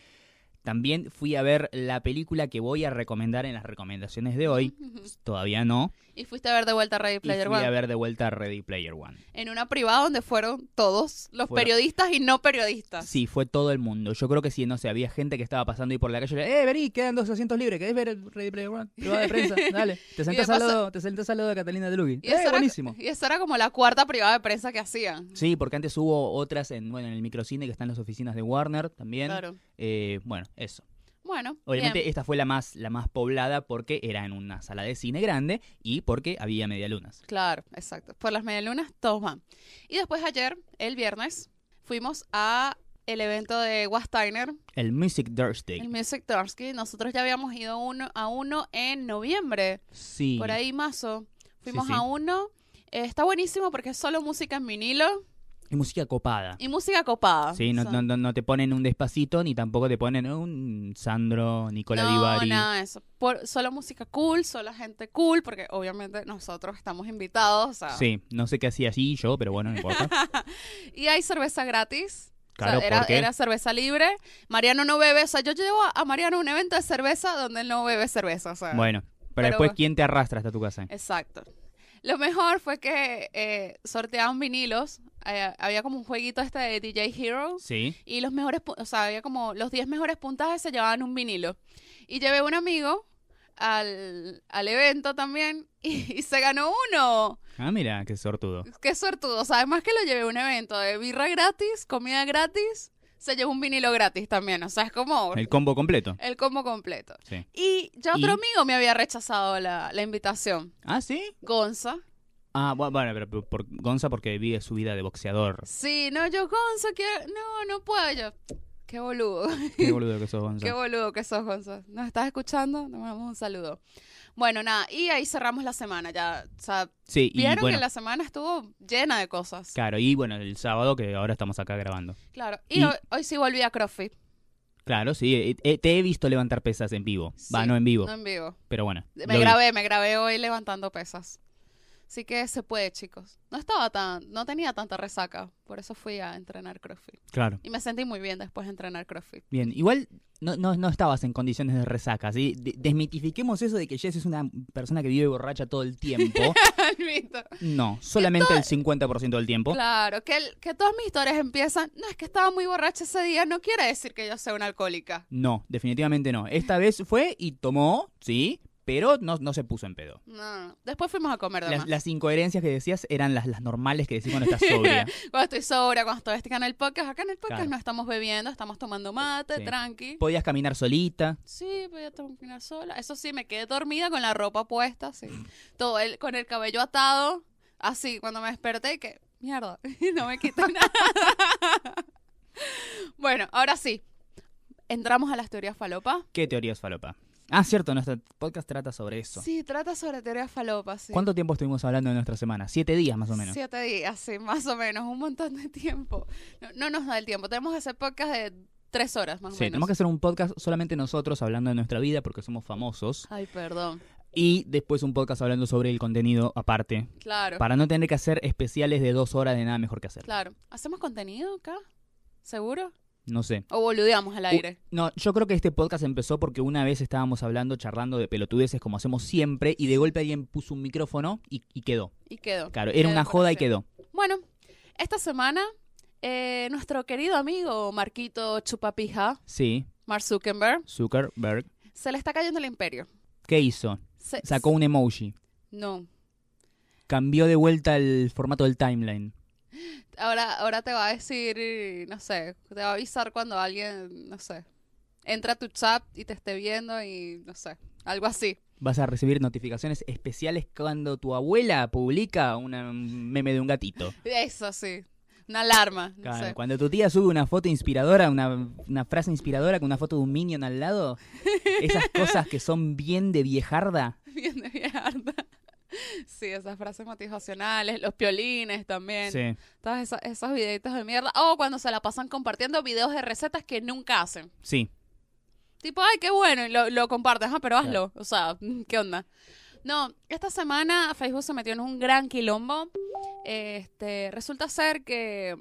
A: También fui a ver la película que voy a recomendar en las recomendaciones de hoy. Todavía no.
B: Y fuiste a ver de vuelta Ready
A: Y fui
B: Player
A: a
B: One.
A: ver de vuelta Ready Player One.
B: En una privada donde fueron todos, los
A: Fueron-
B: periodistas y no periodistas.
A: Sí, fue todo el mundo. Yo creo que si no sé, había gente que estaba pasando ahí por la calle, eh, vení, quedan dos asientos libres, ¿querés ver el Ready Player One? Privada de prensa, dale. Te sentás,
B: de
A: al
B: paso-
A: lado, te sentás al lado de Catalina de Lugi.
B: Y
A: Eh,
B: era-
A: buenísimo.
B: y esa era como la cuarta privada de prensa que hacían.
A: Sí, porque antes hubo otras en, bueno, en el microcine que están en las oficinas de Warner también.
B: Claro.
A: Eh, bueno, eso.
B: Bueno,
A: Obviamente
B: bien.
A: esta fue la más, la más poblada porque era en una sala de cine grande y porque había medialunas.
B: Claro, exacto. Por las medialunas, todos van. Y después ayer, el viernes, fuimos a el evento de Wasteiner,
A: El Music Thursday.
B: el Music Thursday. Nosotros ya habíamos ido uno, a uno en noviembre,
A: Sí.
B: por ahí mazo. Fuimos
A: sí.
B: a uno. Eh, está buenísimo porque es solo música en vinilo
A: Y música copada.
B: y música copada.
A: Sí, no,
B: O sea,
A: no- no- no te ponen un despacito ni tampoco te ponen un Sandro, Nicola
B: no,
A: Vivari.
B: nada de eso. Por- solo música cool, solo gente cool, porque obviamente nosotros estamos invitados. o sea,
A: Sí, no sé qué hacía allí yo, pero bueno, no importa.
B: Y hay cerveza gratis. O sea,
A: Claro,
B: era,
A: porque
B: era cerveza libre. Mariano no bebe. O sea, yo llevo a, a Mariano a un evento de cerveza donde él no bebe cerveza. O sea,
A: Bueno, pero,
B: pero Eh.
A: después,
B: bueno.
A: ¿quién te arrastra hasta tu casa?
B: Exacto. Lo mejor fue que eh, sorteaban vinilos. eh, había como un jueguito este de DJ Heroes.
A: Sí.
B: Y los mejores, pu- o sea, había como los 10 mejores puntajes se llevaban un vinilo. Y llevé un amigo al, al evento también y, y se ganó uno.
A: Ah, mira, qué sortudo.
B: Qué suertudo. O sea, además que lo llevé a un evento de birra gratis, comida gratis, se llevó un vinilo gratis también. O sea, es como
A: El combo completo.
B: el combo completo.
A: Sí.
B: Y ya otro
A: ¿Y?
B: amigo me había rechazado la, la invitación.
A: Ah, sí.
B: Gonza.
A: Ah, bu- bueno, pero por, por- Gonza porque vive su vida de boxeador.
B: Sí, no, yo Gonza quiero... No, no puedo yo. Qué boludo.
A: Qué boludo que sos, Gonza.
B: Qué boludo que sos, Gonza. ¿Nos estás escuchando? Te mandamos un saludo. Bueno, nada, y ahí cerramos la semana ya. O sea,
A: Sí, y
B: vieron
A: bueno,
B: que la semana estuvo llena de cosas.
A: claro, y bueno, el sábado que ahora estamos acá grabando.
B: Claro. Y,
A: Y-
B: Hoy, hoy sí volví a CrossFit.
A: Claro, sí, eh, eh, te he visto levantar pesas en vivo. Va,
B: Sí,
A: no en vivo,
B: No en vivo.
A: pero bueno. lo
B: Me
A: vi.
B: grabé, me grabé hoy levantando pesas. Así que se puede, chicos. No estaba tan, no tenía tanta resaca, por eso fui a entrenar CrossFit.
A: Claro.
B: Y me sentí muy bien después de entrenar CrossFit.
A: Bien, igual no, no, no estabas en condiciones de resaca, ¿sí? De- desmitifiquemos eso de que Jess es una persona que vive borracha todo el tiempo.
B: Alvito.
A: No, solamente el 50% del tiempo.
B: claro, que, el- que todas mis historias empiezan, no, es que estaba muy borracha ese día, no quiere decir que yo sea una alcohólica.
A: No, definitivamente no. Esta vez fue y tomó, sí, pero no, no se puso en pedo.
B: No. Después fuimos a comer de
A: Las,
B: más.
A: las incoherencias que decías eran las, las normales que decís cuando estás sobria.
B: Cuando estoy sobra, cuando estoy estica en el podcast, acá en el podcast
A: Claro.
B: no estamos bebiendo, estamos tomando mate,
A: Sí.
B: tranqui.
A: Podías caminar solita.
B: Sí, voy a terminar sola. Eso sí, me quedé dormida con la ropa puesta, sí.
A: Mm.
B: Todo el, con el cabello atado, así, cuando me desperté, que mierda, no me quité nada. bueno, ahora sí. Entramos a las teorías falopa.
A: ¿Qué teorías falopa? Ah, cierto, nuestro podcast trata sobre eso.
B: Sí, trata sobre teorías falopa, sí.
A: ¿Cuánto tiempo estuvimos hablando de nuestra semana? Siete días más o menos.
B: Siete días, sí, más o menos, un montón de tiempo. No, no nos da el tiempo. Tenemos que hacer podcast de tres horas, más o
A: Sí,
B: menos.
A: tenemos que hacer un podcast solamente nosotros hablando de nuestra vida porque somos famosos.
B: Ay, perdón.
A: Y después un podcast hablando sobre el contenido aparte.
B: Claro,
A: Para no tener que hacer especiales de dos horas de nada mejor que hacer.
B: claro. ¿Hacemos contenido acá? ¿Seguro?
A: No sé.
B: ¿O boludeamos al aire?
A: U- No, yo creo que este podcast empezó porque una vez estábamos hablando, charlando de pelotudeces como hacemos siempre, y de golpe alguien puso un micrófono y, y quedó.
B: Y quedó.
A: Claro, era
B: Quedó
A: una joda y
B: para
A: quedó.
B: Bueno, esta semana eh, nuestro querido amigo Marquito Chupapija,
A: Sí,
B: Mark Zuckerberg,
A: Zuckerberg.
B: se le está cayendo el imperio.
A: ¿Qué hizo?
B: Se-
A: Sacó un emoji.
B: No.
A: Cambió de vuelta el formato del timeline.
B: Ahora, ahora te va a decir, eh, no sé, te va a avisar cuando alguien, no sé, entra a tu chat y te esté viendo y, no sé, algo así.
A: Vas a recibir notificaciones especiales cuando tu abuela publica una- un meme de un gatito.
B: Eso sí, una alarma, no
A: Claro,
B: sé.
A: Cuando tu tía sube una foto inspiradora, una, una frase inspiradora con una foto de un minion al lado, esas cosas que son bien de viejarda.
B: Bien de mierda. Sí, esas frases motivacionales, los piolines también.
A: Sí,
B: Todas esas, esos videitos de mierda. O cuando se la pasan compartiendo videos de recetas que nunca hacen.
A: sí.
B: Tipo, ay, qué bueno, y lo, lo compartes. Ah, pero
A: Claro.
B: hazlo. O sea, ¿qué onda? No, esta semana Facebook se metió en un gran quilombo. Este, resulta ser que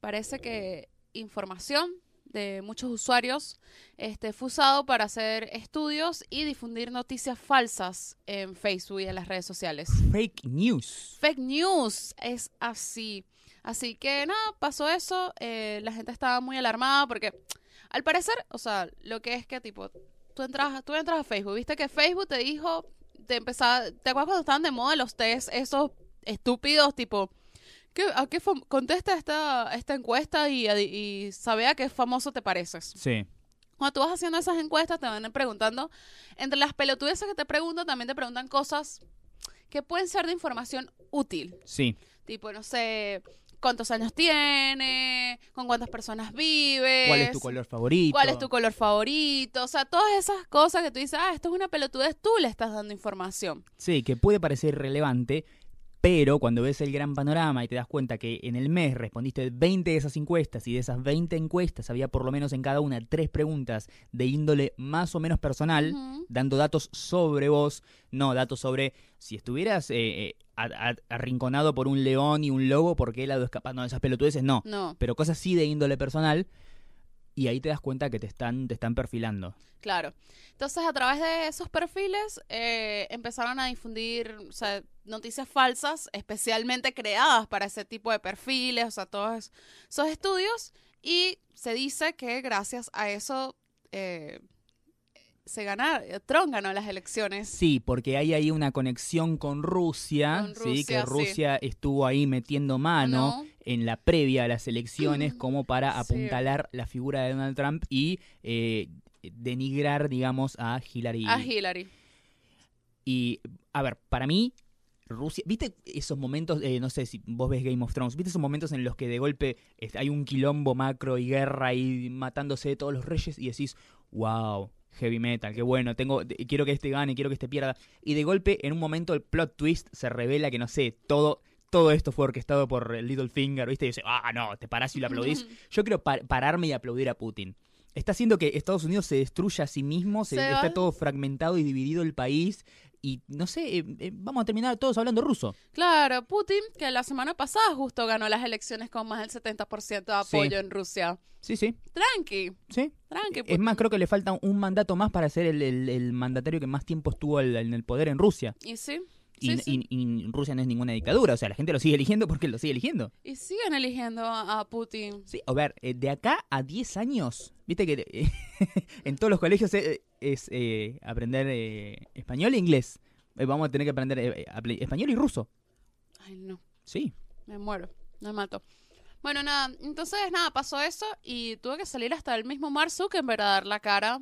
B: parece que información de muchos usuarios, este, fue usado para hacer estudios y difundir noticias falsas en Facebook y en las redes sociales.
A: Fake news.
B: Fake news es así. Así que nada, pasó eso. eh, la gente estaba muy alarmada porque, al parecer, o sea, lo que es que tipo, tú entras, tú entras a Facebook, viste que Facebook te dijo, te empezaba, ¿te acuerdas cuando estaban de moda los test esos estúpidos tipo, ¿qué, ¿a qué fam- contesta esta, esta encuesta y, adi- y sabe a qué famoso te pareces?
A: Sí.
B: Cuando tú vas haciendo esas encuestas te van preguntando, entre las pelotudeces que te preguntan, también te preguntan cosas que pueden ser de información útil.
A: Sí.
B: Tipo, no sé, cuántos años tiene, con cuántas personas vives.
A: ¿Cuál es tu color favorito?
B: cuál es tu color favorito? O sea, todas esas cosas que tú dices, ah, esto es una pelotudez, tú le estás dando información.
A: Sí, que puede parecer relevante, pero cuando ves el gran panorama y te das cuenta que en el mes respondiste 20 de esas encuestas y de esas 20 encuestas había por lo menos en cada una tres preguntas de índole más o menos personal,
B: Ujú.
A: dando datos sobre vos, no datos sobre si estuvieras eh, eh, a- a- arrinconado por un león y un lobo, ¿por qué lado escapando de esas pelotudeces? No,
B: No,
A: pero cosas sí de índole personal. Y ahí te das cuenta que te están, te están perfilando.
B: claro. Entonces, a través de esos perfiles eh, empezaron a difundir o sea, noticias falsas, especialmente creadas para ese tipo de perfiles, o sea, todos esos estudios. Y se dice que gracias a eso eh, se ganaron, Trump ganó las elecciones.
A: Sí, porque hay ahí una conexión con Rusia,
B: Con
A: ¿sí? que
B: Rusia, sí.
A: Rusia estuvo ahí metiendo mano
B: ¿no?
A: en la previa a las elecciones como para
B: Sí.
A: apuntalar la figura de Donald Trump y eh, denigrar, digamos, a Hillary.
B: A Hillary.
A: Y, a ver, para mí, Rusia. ¿Viste esos momentos? eh, no sé si vos ves Game of Thrones. ¿Viste esos momentos en los que de golpe es- hay un quilombo macro y guerra y matándose de todos los reyes y decís, wow, heavy metal, qué bueno, tengo, te- quiero que este gane, quiero que este pierda. Y de golpe, en un momento, el plot twist se revela que, no sé, todo. Todo esto fue orquestado por eh, Littlefinger, ¿viste? Y dice, ah, no, te parás y lo aplaudís. Yo quiero par- pararme y aplaudir a Putin. Está haciendo que Estados Unidos se destruya a sí mismo, se-
B: Se va-
A: está todo fragmentado y dividido el país. Y no sé, eh, eh, vamos a terminar todos hablando ruso.
B: Claro, Putin, que la semana pasada justo ganó las elecciones con más del 70% de
A: Sí.
B: apoyo en Rusia.
A: Sí, sí,
B: Tranqui,
A: sí.
B: tranqui.
A: Es
B: Putin.
A: más, creo que le falta un mandato más para ser el, el- el mandatario que más tiempo estuvo al- en el poder en Rusia.
B: Y sí,
A: Y,
B: sí, sí.
A: y- y Rusia no es ninguna dictadura, o sea, la gente lo sigue eligiendo porque lo sigue eligiendo.
B: Y siguen eligiendo a, a Putin.
A: Sí, a ver, eh, de acá a 10 años, viste que eh, en todos los colegios eh, es, eh, aprender eh, español e inglés. Eh, vamos a tener que aprender eh, apl- español y ruso.
B: Ay, no,
A: Sí.
B: me muero, me mato. Bueno, nada, entonces nada, pasó eso y tuve que salir hasta el mismo Mark Zuckerberg a dar la cara.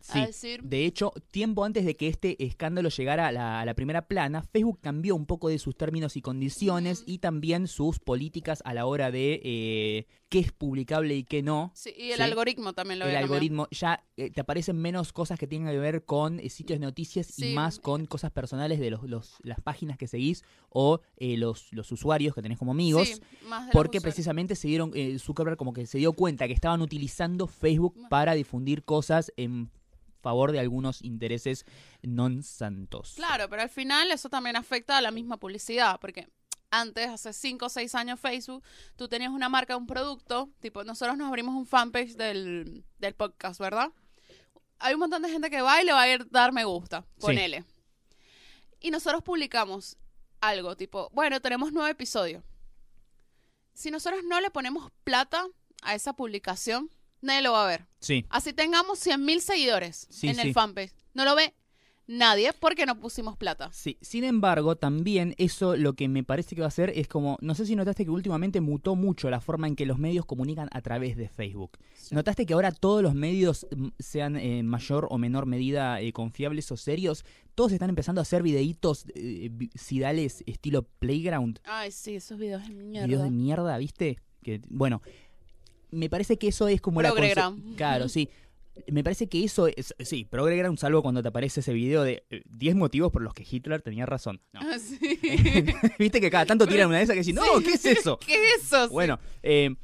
A: Sí.
B: A decir,
A: De hecho, tiempo antes de que este escándalo llegara a la, a la primera plana, Facebook cambió un poco de sus términos y condiciones
B: Ujú.
A: y también sus políticas a la hora de eh, qué es publicable y qué no.
B: sí, y el
A: sí.
B: algoritmo también lo
A: El
B: había cambiado.
A: algoritmo ya eh, te aparecen menos cosas que tengan que ver con eh, sitios de noticias
B: Sí,
A: y más con cosas personales de los, los- las páginas que seguís o eh, los, los usuarios que tenés como amigos.
B: Sí, más de los
A: Porque
B: usuarios.
A: precisamente se dieron, eh, Zuckerberg como que se dio cuenta que estaban utilizando Facebook
B: Bueno.
A: para difundir cosas en favor de algunos intereses non santos.
B: Claro, pero al final eso también afecta a la misma publicidad, porque antes, hace 5 o 6 años Facebook, tú tenías una marca, un producto, tipo, nosotros nos abrimos un fanpage del, del podcast, ¿verdad? Hay un montón de gente que va y le va a ir dar me gusta, ponele. Y nosotros publicamos algo, tipo, bueno, tenemos nueve episodios. Si nosotros no le ponemos plata a esa publicación, nadie lo va a ver.
A: Sí,
B: Así tengamos 100.000 seguidores
A: Sí,
B: en el
A: sí.
B: fanpage. No lo ve nadie porque no pusimos plata.
A: sí. Sin embargo, también eso lo que me parece que va a hacer es como, no sé si notaste que últimamente mutó mucho la forma en que los medios comunican a través de Facebook. ¿Notaste que ahora todos los medios, mm, sean eh, en mayor o menor medida eh, confiables o serios, todos están empezando a hacer videitos eh, vi- sidales estilo playground?
B: Ay, sí, esos videos de mierda.
A: videos de mierda, ¿viste? Que, bueno, me parece que eso es como la...
B: Progregram.
A: conse- Claro, sí. Me parece que eso es... Sí, Progregram, salvo cuando te aparece ese video de eh, 10 motivos por los que Hitler tenía razón. No.
B: Ah, sí.
A: Viste que cada tanto tiran una de esas que dicen, no,
B: Sí.
A: ¿qué es eso?
B: ¿Qué es eso? Sí.
A: Bueno, eh,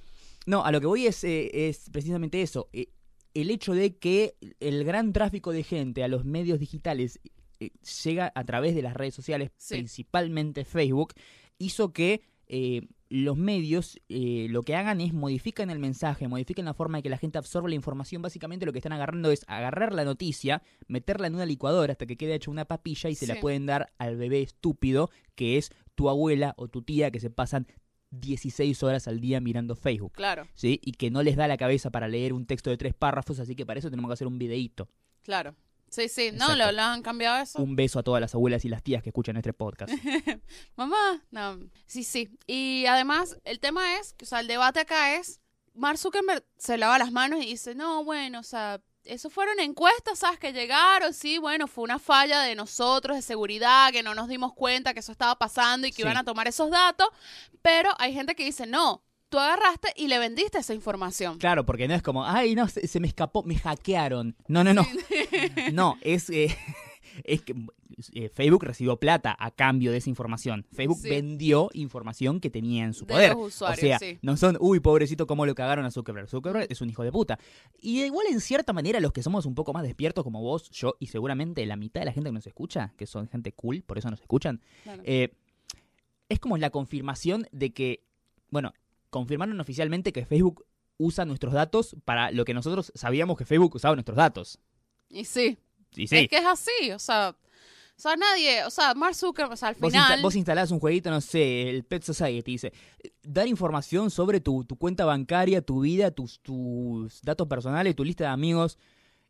A: no, a lo que voy es, eh, es precisamente eso. eh, el hecho de que el gran tráfico de gente a los medios digitales eh, llega a través de las redes sociales,
B: Sí.
A: principalmente Facebook, hizo que eh, los medios eh, lo que hagan es modifican el mensaje, modifican la forma de que la gente absorbe la información. Básicamente lo que están agarrando es agarrar la noticia, meterla en una licuadora hasta que quede hecha una papilla y se
B: Sí.
A: la pueden dar al bebé estúpido que es tu abuela o tu tía que se pasan 16 horas al día mirando Facebook.
B: Claro,
A: ¿Sí? Y que no les da la cabeza para leer un texto de tres párrafos, así que para eso tenemos que hacer un videíto.
B: claro. Sí, sí. No,
A: Exacto.
B: lo, lo han cambiado eso.
A: Un beso a todas las abuelas y las tías que escuchan este podcast.
B: Mamá, no. Sí, sí. Y además, el tema es, o sea, el debate acá es, Mark Zuckerberg se lava las manos y dice, no, bueno, o sea, eso fueron encuestas, ¿sabes? Que llegaron, sí, bueno, fue una falla de nosotros, de seguridad, que no nos dimos cuenta que eso estaba pasando y que
A: Sí.
B: iban a tomar esos datos, pero hay gente que dice, no, tú agarraste y le vendiste esa información.
A: Claro, porque no es como, ay, no, se, se me escapó, me hackearon. No, no, no. No, es, eh, es que eh, Facebook recibió plata a cambio de esa información. Facebook
B: Sí.
A: vendió información que tenía en su
B: De
A: poder.
B: los usuarios,
A: o sea,
B: sí.
A: no son, uy, pobrecito, cómo lo cagaron a Zuckerberg. Zuckerberg es un hijo de puta. Y igual, en cierta manera, los que somos un poco más despiertos como vos, yo y seguramente la mitad de la gente que nos escucha, que son gente cool, por eso nos escuchan,
B: Claro.
A: eh, es como la confirmación de que, bueno, confirmaron oficialmente que Facebook usa nuestros datos para lo que nosotros sabíamos que Facebook usaba nuestros datos.
B: Y sí,
A: Y sí.
B: es que es así, o sea, o sea, nadie, o sea, Mark Zuckerberg, o sea, al
A: Vos, insta-
B: final...
A: vos instalás un jueguito, no sé, el Pet Society, dice, dar información sobre tu, tu cuenta bancaria, tu vida, tus, tus datos personales, tu lista de amigos.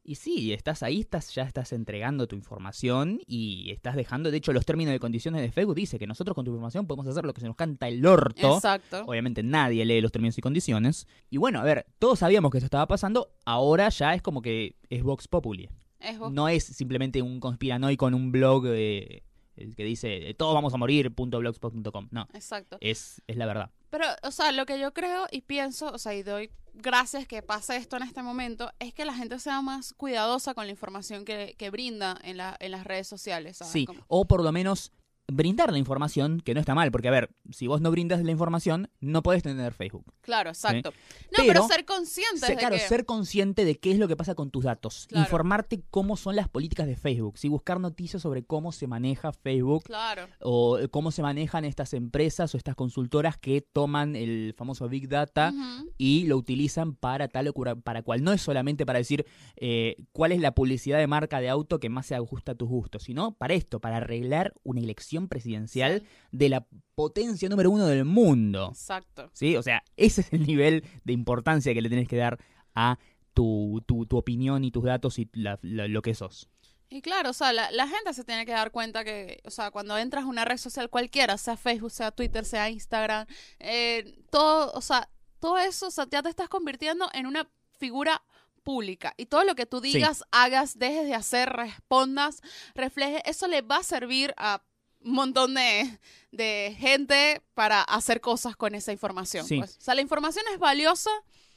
A: Y sí, estás ahí, estás, ya estás entregando tu información y estás dejando, de hecho, los términos de condiciones de Facebook dice que nosotros con tu información podemos hacer lo que se nos canta el orto.
B: Exacto.
A: Obviamente nadie lee los términos y condiciones. Y bueno, a ver, todos sabíamos que esto estaba pasando, ahora ya es como que es Vox Populi.
B: Es vos-
A: No es simplemente un conspiranoico en un blog eh, eh, que dice eh, todos vamos a morir, punto blogspot.com. No,
B: Exacto.
A: es, es la verdad.
B: Pero, o sea, lo que yo creo y pienso, o sea, y doy gracias que pase esto en este momento, es que la gente sea más cuidadosa con la información que, que brinda en, la, en las redes sociales. ¿sabes?
A: Sí,
B: Como-
A: o por lo menos brindar la información, que no está mal, porque a ver, si vos no brindas la información, no podés tener Facebook.
B: claro, exacto. No, pero,
A: Pero-
B: ser conscientes
A: Ser-
B: de
A: claro,
B: que...
A: ser consciente de qué es lo que pasa con tus datos,
B: Claro.
A: informarte cómo son las políticas de Facebook, si buscar noticias sobre cómo se maneja Facebook
B: Claro,
A: o cómo se manejan estas empresas o estas consultoras que toman el famoso Big Data
B: ujú,
A: y lo utilizan para tal o cura- para cual. No es solamente para decir eh, cuál es la publicidad de marca de auto que más se ajusta a tus gustos, sino para esto, para arreglar una elección presidencial de la potencia número uno del mundo.
B: exacto.
A: ¿Sí? O sea, ese es el nivel de importancia que le tenés que dar a tu, tu, tu opinión y tus datos y la- la- lo que sos.
B: Y claro, o sea, la, la gente se tiene que dar cuenta que, o sea, cuando entras a una red social cualquiera, sea Facebook, sea Twitter, sea Instagram, eh, todo, o sea, todo eso, o sea, ya te estás convirtiendo en una figura pública. Y todo lo que tú
A: Sí.
B: digas, hagas, dejes de hacer, respondas, refleje, eso le va a servir a un montón de, de gente para hacer cosas con esa información.
A: Sí.
B: pues. O sea, la información es valiosa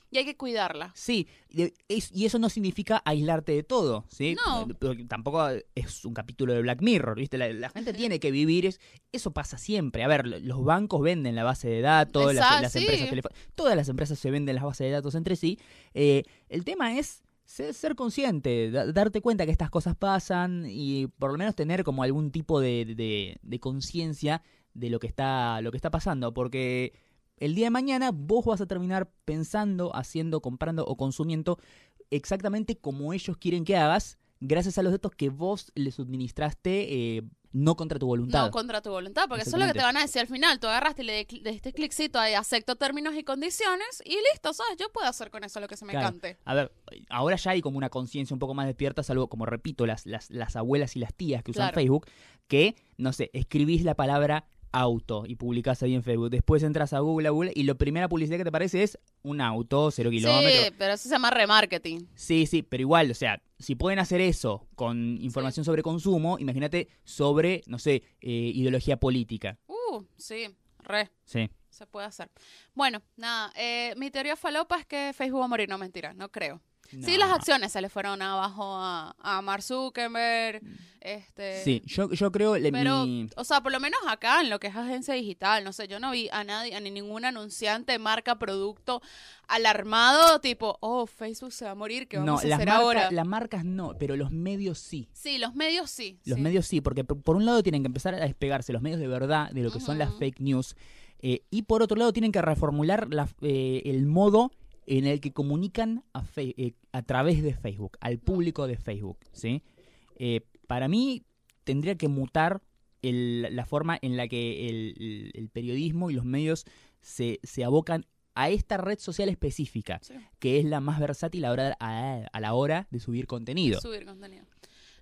B: y hay que cuidarla.
A: Sí, de- es- y eso no significa aislarte de todo, ¿sí?
B: No.
A: Porque Tampoco es un capítulo de Black Mirror, ¿viste? La, la gente tiene que vivir, es, eso pasa siempre. A ver, lo- los bancos venden la base de datos, las,
B: Exacto,
A: las
B: sí.
A: empresas telefónicas, todas las empresas se venden las bases de datos entre sí. Eh, el tema es ser, ser consciente, da- darte cuenta que estas cosas pasan y por lo menos tener como algún tipo de, de- de conciencia de lo que está lo que está pasando porque el día de mañana vos vas a terminar pensando, haciendo, comprando o consumiendo exactamente como ellos quieren que hagas gracias a los datos que vos les administraste eh, no contra tu voluntad.
B: No contra tu voluntad, porque eso es lo que
A: Exactamente.
B: te van a decir al final. Tú agarraste y le, le diste cliccito ahí, acepto términos y condiciones y listo, ¿sabes? Yo puedo hacer con eso lo que se me
A: Claro.
B: cante.
A: A ver, ahora ya hay como una conciencia un poco más despierta, salvo, como repito, las, las, las abuelas y las tías que usan
B: Claro.
A: Facebook, que, no sé, escribís la palabra auto y publicás ahí en Facebook. Después entras a Google, a Google y la primera publicidad que te aparece es un auto, cero kilómetros.
B: Sí, pero eso se llama remarketing.
A: Sí, sí, pero igual, o sea, si pueden hacer eso con información sobre consumo, imagínate sobre, no sé, eh, ideología política.
B: Uh, sí, re,
A: Sí.
B: se puede hacer. Bueno, nada, eh, mi teoría falopa es que Facebook va a morir. No, mentira, no creo. Sí, las
A: No.
B: acciones se le fueron abajo a, a Mark Zuckerberg, este...
A: Mm. Sí, yo, yo creo... le-
B: Pero,
A: mi-
B: o sea, por lo menos acá en lo que es agencia digital, no sé, yo no vi a nadie, a ni ningún anunciante, marca, producto alarmado, tipo, oh, Facebook se va a morir, ¿qué vamos
A: no,
B: a
A: las,
B: hacer
A: marcas-
B: ahora?
A: las marcas no, pero los medios sí.
B: Sí, los medios sí.
A: Los
B: sí.
A: medios sí, porque por por un lado tienen que empezar a despegarse los medios de verdad de lo que son las
B: Ujú.
A: fake news. Eh, y por otro lado, tienen que reformular la- eh, el modo en el que comunican a, fe- eh, a través de Facebook, al público de Facebook. ¿sí? Eh, para mí, tendría que mutar el- la forma en la que el, el- el periodismo y los medios se, se abocan a esta red social específica,
B: Sí.
A: que es la más versátil ahora- a, a la hora de subir contenido.
B: Subir contenido.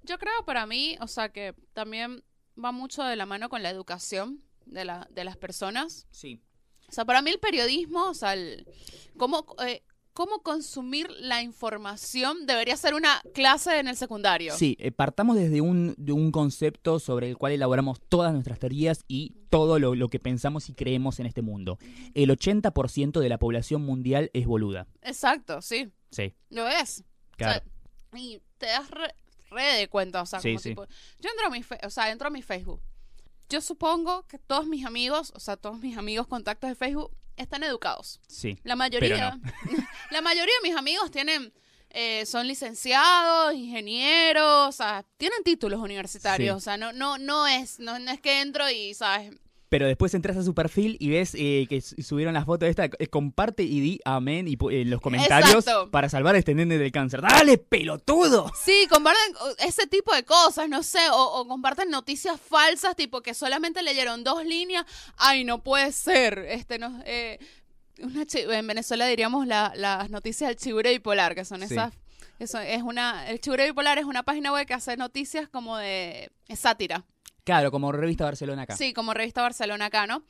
B: Yo creo para mí, o sea, que también va mucho de la mano con la educación de, la, de las personas.
A: Sí.
B: O sea, para mí el periodismo, o sea, el- cómo, eh, cómo consumir la información debería ser una clase en el secundario.
A: Sí, eh, partamos desde un, de un concepto sobre el cual elaboramos todas nuestras teorías y todo lo, lo que pensamos y creemos en este mundo. El 80% de la población mundial es boluda.
B: Exacto, sí.
A: Sí,
B: Lo es.
A: claro.
B: O sea, y te das re, re de cuenta, o sea,
A: Sí,
B: como
A: sí.
B: tipo- yo entro a mi, fe- o sea, entro a mi Facebook. Yo supongo que todos mis amigos, o sea, todos mis amigos contactos de Facebook están educados.
A: Sí.
B: La mayoría, la mayoría de mis amigos tienen eh, son licenciados, ingenieros, o sea, tienen títulos universitarios,
A: Sí.
B: o sea, no no no es no, no es que entro y sabes,
A: Pero después entras a su perfil y ves eh, que s- subieron las fotos de esta. eh, comparte y di amén y pu- en los comentarios
B: Exacto.
A: para salvar a este nene del cáncer. ¡Dale, pelotudo!
B: Sí, comparten o- ese tipo de cosas, no sé, o, o comparten noticias falsas, tipo que solamente leyeron dos líneas. Ay, no puede ser. Este no, eh, una chi- en Venezuela diríamos la- las noticias del chigure bipolar, que son
A: Sí.
B: esas. Eso es una, el chigure bipolar es una página web que hace noticias como de es sátira.
A: Claro, como revista Barcelona acá.
B: Sí, como revista Barcelona acá, ¿no?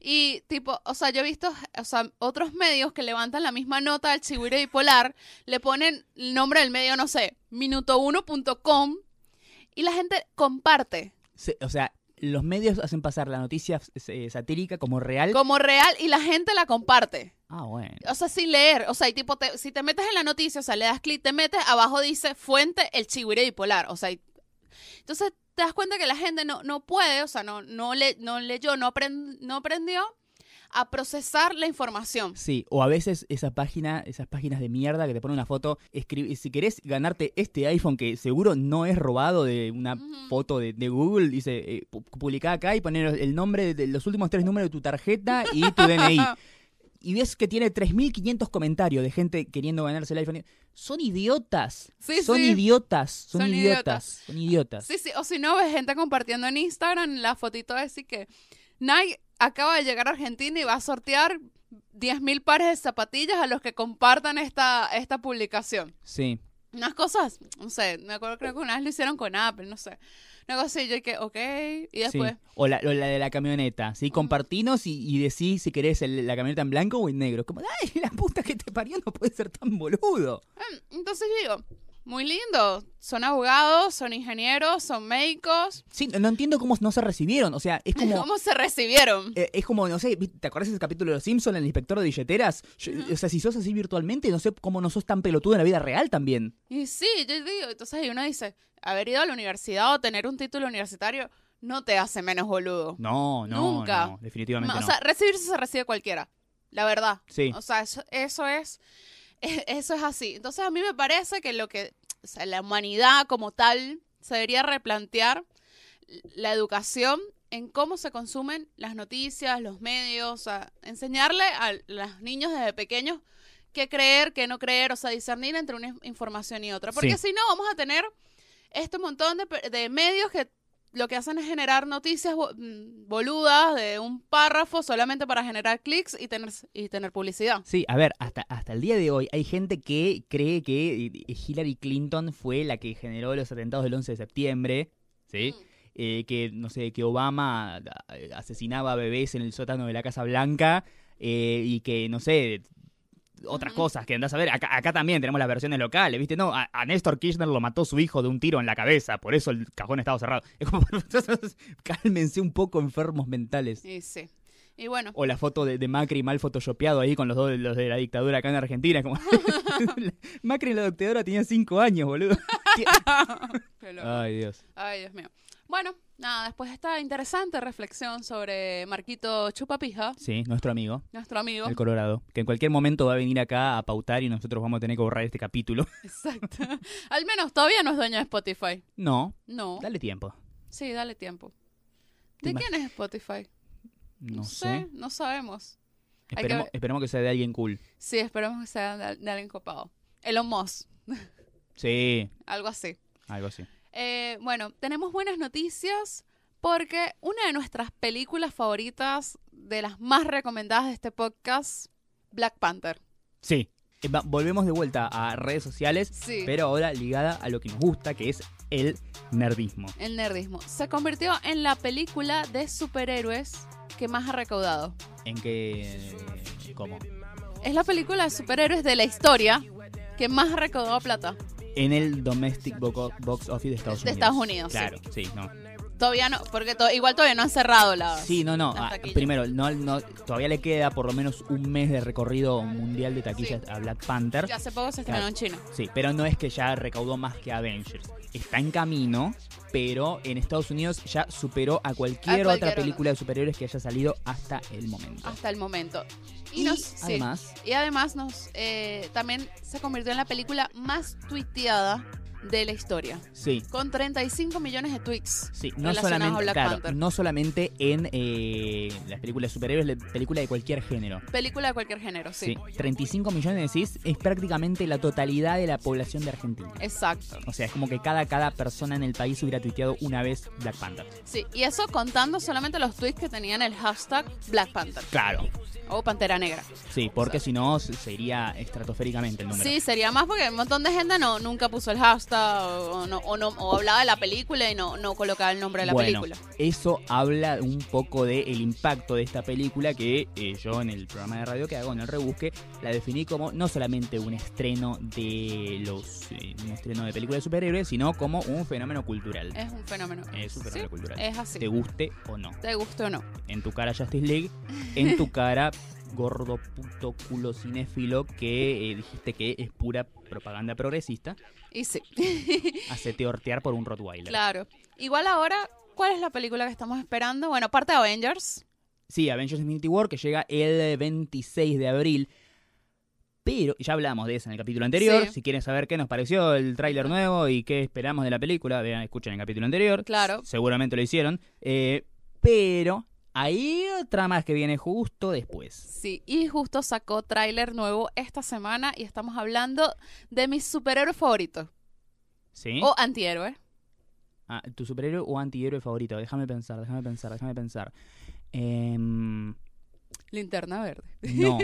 B: Y tipo, o sea, yo he visto, o sea, otros medios que levantan la misma nota al chigüire bipolar, le ponen el nombre del medio, no sé, minuto1.com y la gente comparte
A: Se- o sea, los medios hacen pasar la noticia eh, satírica como real.
B: como real y la gente la comparte.
A: Ah, bueno.
B: O sea, sin leer, o sea, y tipo, te- si te metes en la noticia, o sea, le das clic, te metes, abajo dice fuente el chigüire bipolar, o sea, y- entonces te das cuenta que la gente no, no puede, o sea, no, no, le, no leyó, no, aprend- no aprendió a procesar la información.
A: Sí, o a veces esa página, esas páginas de mierda que te ponen una foto, escribe, si querés ganarte este iPhone que seguro no es robado de una
B: Ujú.
A: foto de, de Google, dice, eh, pu- publicá acá y poner el nombre, de, de los últimos tres números de tu tarjeta y tu DNI. Y ves que tiene 3.500 comentarios de gente queriendo ganarse el iPhone. Son idiotas.
B: Sí,
A: son
B: sí.
A: idiotas. Son,
B: Son
A: idiotas.
B: idiotas.
A: Son idiotas.
B: Sí, sí, o si no, ves gente compartiendo en Instagram la fotito de así que Nike acaba de llegar a Argentina y va a sortear 10.000 pares de zapatillas a los que compartan esta, esta publicación.
A: Sí.
B: Unas cosas, no sé, me acuerdo creo que una vez lo hicieron con Apple, no sé. Una cosa y yo que, ok, y después,
A: sí. O, la, o la de la camioneta. ¿sí? Compartinos y, y decís si querés el- la camioneta en blanco o en negro. Como, ay, la puta que te parió no puede ser tan boludo.
B: em, entonces yo digo, muy lindo, son abogados, son ingenieros, son médicos,
A: Sí, no, no entiendo cómo no se recibieron. O sea, es como...
B: ¿cómo se recibieron?
A: eh, es como, no sé, ¿viste? ¿te acuerdas ese capítulo de Los Simpsons, el inspector de billeteras? Yo- O sea, si sos así virtualmente, no sé cómo no sos tan pelotudo en la vida real también.
B: Y sí, yo digo, entonces ahí uno dice, haber ido a la universidad o tener un título universitario no te hace menos boludo.
A: No, no,
B: Nunca.
A: no, definitivamente
B: Ma- o
A: no.
B: sea, recibirse se recibe cualquiera, la verdad.
A: sí,
B: O sea, eso, eso es e- eso es así. Entonces a mí me parece que lo que o sea, la humanidad como tal se debería replantear la educación en cómo se consumen las noticias, los medios, o sea, enseñarle a los niños desde pequeños qué creer, qué no creer, o sea, discernir entre una in- información y otra. Porque
A: Sí.
B: si no, vamos a tener este montón de, pe- de medios que lo que hacen es generar noticias bo- mm, boludas de un párrafo solamente para generar clics y tener, y tener publicidad.
A: sí, a ver, hasta, hasta el día de hoy hay gente que cree que eh, Hillary Clinton fue la que generó los atentados del 11 de septiembre, ¿sí?
B: Mm.
A: Eh, que, no sé, que Obama eh, asesinaba bebés en el sótano de la Casa Blanca eh, y que, no sé, otras
B: Ujú.
A: cosas que andás a ver. Acá, acá también tenemos las versiones locales, ¿viste? No, a, a Néstor Kirchner lo mató su hijo de un tiro en la cabeza, por eso el cajón estaba cerrado. Es como, cálmense un poco, enfermos mentales.
B: Y sí. Y bueno,
A: O la foto de, de Macri mal photoshopeado ahí con los dos los de la dictadura acá en Argentina. Como... Macri en la dictadura tenía cinco años, boludo.
B: qué loco.
A: Ay, Dios.
B: Ay, Dios mío. Bueno, nada, después de esta interesante reflexión sobre Marquito Chupapija,
A: Sí, nuestro amigo,
B: nuestro amigo.
A: el Colorado, que en cualquier momento va a venir acá a pautar y nosotros vamos a tener que borrar este capítulo.
B: Exacto. Al menos todavía no es dueño de Spotify.
A: No,
B: No.
A: dale tiempo.
B: Sí, dale tiempo.
A: Te
B: ¿De
A: imag-
B: quién es Spotify?
A: No sé.
B: no sabemos. que
A: Esperemos,
B: ver.
A: esperemos que sea de alguien cool.
B: Sí, esperemos que sea de, de alguien copado. Elon Musk,
A: Sí,
B: algo así.
A: algo así.
B: Eh, bueno, tenemos buenas noticias porque una de nuestras películas favoritas, de las más recomendadas de este podcast, Black Panther.
A: Sí. Eh, va- Volvemos de vuelta a redes sociales,
B: Sí.
A: pero ahora ligada a lo que nos gusta, que es el nerdismo.
B: El nerdismo. Se convirtió en la película de superhéroes que más ha recaudado.
A: En que... ¿Cómo?
B: Es la película de superhéroes de la historia que más ha recaudado plata.
A: En el Domestic Boco- Box Office de Estados Unidos.
B: De Estados Unidos, sí.
A: Claro, sí, no.
B: Todavía no, porque to- igual todavía no han cerrado la...
A: Sí, no, no.
B: Las
A: ah,
B: taquillas.
A: primero, no, no, todavía le queda por lo menos un mes de recorrido mundial de taquillas
B: Sí.
A: a Black Panther.
B: Ya hace poco se estrenó en China.
A: Sí, pero no es que ya recaudó más que Avengers. Está en camino, pero en Estados Unidos ya superó a cualquier,
B: A cualquier
A: otra
B: otra.
A: película de superhéroes que haya salido hasta el momento.
B: Hasta el momento. Y,
A: y
B: nos, sí.
A: además,
B: Y además nos eh, también se convirtió en la película más tuiteada de la historia.
A: sí.
B: Con 35 millones de tweets.
A: Sí, no
B: relacionados a
A: solamente,
B: Black
A: claro,
B: Panther.
A: no solamente en eh, las películas de superhéroes, la película de cualquier género.
B: Película de cualquier género, sí.
A: Sí. 35 millones decís es prácticamente la totalidad de la población de Argentina.
B: Exacto.
A: O sea, es como que cada, cada persona en el país hubiera tuiteado una vez Black Panther.
B: Sí, y eso contando solamente los tweets que tenían el hashtag Black Panther
A: Claro.
B: o Pantera Negra.
A: Sí, porque si no se- sería estratosféricamente el número.
B: Sí, sería más porque un montón de gente no nunca puso el hashtag o no, o no- o hablaba de la película y no, no colocaba el nombre de la
A: bueno,
B: película.
A: eso habla un poco del impacto de esta película que eh, yo en el programa de radio que hago en el rebusque la definí como no solamente un estreno de los eh, un estreno de películas de superhéroes, sino como un fenómeno cultural.
B: Es un fenómeno.
A: Es un fenómeno
B: Eh, Sí,
A: cultural.
B: es así.
A: Te guste o no.
B: ¿Te gustó o no?
A: En tu cara Justice League, en tu cara gordo puto culo cinéfilo que eh, dijiste que es pura propaganda progresista,
B: Y sí.
A: hacete hortear por un Rottweiler.
B: Claro. Igual ahora, ¿cuál es la película que estamos esperando? Bueno, aparte de Avengers.
A: Sí, Avengers Infinity War, que llega el 26 de abril. Pero, ya hablamos de eso en el capítulo anterior.
B: Sí.
A: Si quieren saber qué nos pareció el tráiler nuevo y qué esperamos de la película, vean, escuchen el capítulo anterior.
B: Claro.
A: Seguramente lo hicieron. Eh, pero hay otra más que viene justo después.
B: Sí, y justo sacó tráiler nuevo esta semana y estamos hablando de mi superhéroe favorito.
A: ¿Sí?
B: O antihéroe.
A: Ah, ¿Tu superhéroe o antihéroe favorito? Déjame pensar, déjame pensar, déjame pensar. Em,
B: Linterna verde.
A: no.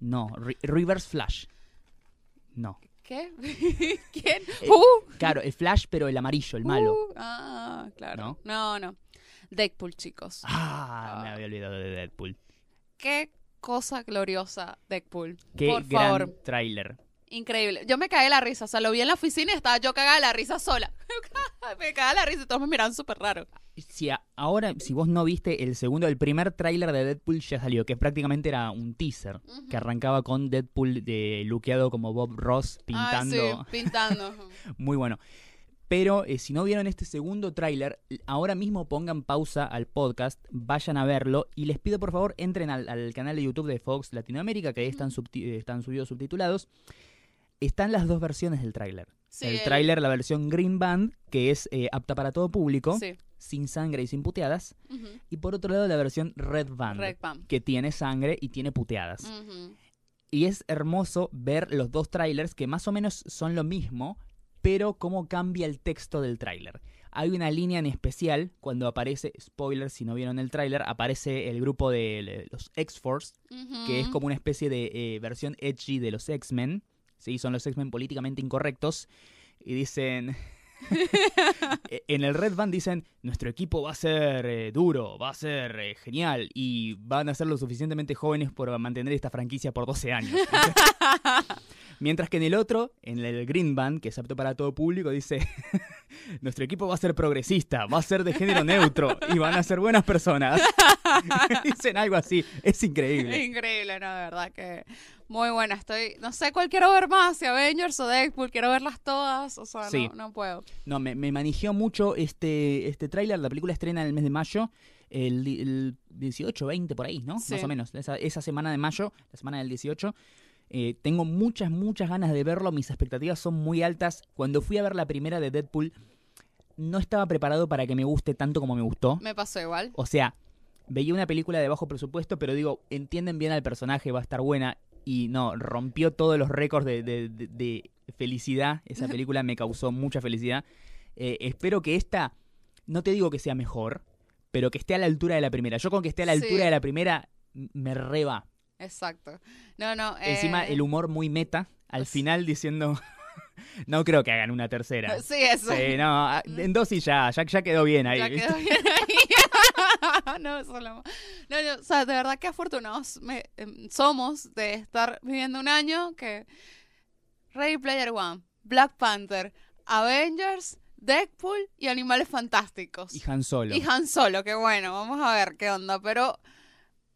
A: No. Re- Reverse Flash. No.
B: ¿Qué? ¿Quién?
A: Eh,
B: Uh,
A: Claro, el Flash, pero el amarillo, el malo.
B: uh, ah, claro. No, no. Deadpool, chicos.
A: Ah, me había olvidado de Deadpool.
B: Qué cosa gloriosa, Deadpool.
A: Qué
B: Por
A: gran
B: favor.
A: tráiler.
B: Increíble. Yo me cagué de la risa. O sea, lo vi en la oficina y estaba yo cagada de la risa sola. me cagaba de la risa y todos me miraban súper raro.
A: Si a- ahora, si vos no viste el segundo, el primer tráiler de Deadpool ya salió, que prácticamente era un teaser, que arrancaba con Deadpool de luqueado como Bob Ross
B: Ah, sí,
A: pintando.
B: pintando.
A: Muy bueno. Pero eh, si no vieron este segundo tráiler, l- ahora mismo pongan pausa al podcast, vayan a verlo y les pido por favor entren al, al canal de YouTube de Fox Latinoamérica, que ahí están, subti- eh, están subidos subtitulados. Están las dos versiones del tráiler.
B: Sí,
A: el tráiler, la versión Green Band, que es eh, apta para todo público,
B: Sí.
A: sin sangre y sin puteadas.
B: Ujú.
A: Y por otro lado, la versión Red Band,
B: Red Band.
A: que tiene sangre y tiene puteadas.
B: Ujú.
A: Y es hermoso ver los dos trailers que más o menos son lo mismo, pero cómo cambia el texto del tráiler. Hay una línea en especial cuando aparece, spoiler si no vieron el tráiler, aparece el grupo de le- los X-Force,
B: Ujú.
A: que es como una especie de eh, versión edgy de los X-Men. Sí, son los X-Men políticamente incorrectos. Y dicen... E- en el Red Band dicen, nuestro equipo va a ser eh, duro, va a ser eh, genial y van a ser lo suficientemente jóvenes por mantener esta franquicia por 12 años. Mientras que en el otro, en el Green Band, que es apto para todo público, dice, nuestro equipo va a ser progresista, va a ser de género neutro y van a ser buenas personas. dicen algo así, es increíble.
B: Increíble, no, de verdad que muy buena. Estoy, no sé cuál quiero ver más, si Avengers o Deadpool, quiero verlas todas, o sea,
A: Sí.
B: no, no puedo.
A: No, me, me manigió mucho este, este tráiler. La película estrena el mes de mayo, el, di- el 18, 20 por ahí, ¿no?
B: Sí.
A: Más o menos. Esa, esa semana de mayo, la semana del 18. Eh, tengo muchas, muchas ganas de verlo. Mis expectativas son muy altas. Cuando fui a ver la primera de Deadpool, no estaba preparado para que me guste tanto como me gustó.
B: Me pasó igual.
A: O sea, veía una película de bajo presupuesto, pero digo, entienden bien al personaje, va a estar buena. Y no, rompió todos los récords de, de- de- de felicidad. Esa película me causó mucha felicidad. Eh, espero que esta, no te digo que sea mejor, pero que esté a la altura de la primera. Yo con que esté a la
B: Sí.
A: altura de la primera, m- me reba.
B: Exacto. No, no.
A: Encima,
B: eh,
A: el humor muy meta, al
B: sí.
A: final diciendo, no creo que hagan una tercera.
B: Sí, eso.
A: Sí, no, a- en dos y ya, ya, ya quedó bien ahí.
B: Ya
A: ¿viste?
B: quedó bien ahí. no, eso lo- no, no, o sea, de verdad que afortunados me- em, somos de estar viviendo un año que Ready Player One, Black Panther, Avengers, Deadpool y Animales Fantásticos.
A: Y Han Solo.
B: Y Han Solo, que bueno, vamos a ver qué onda, pero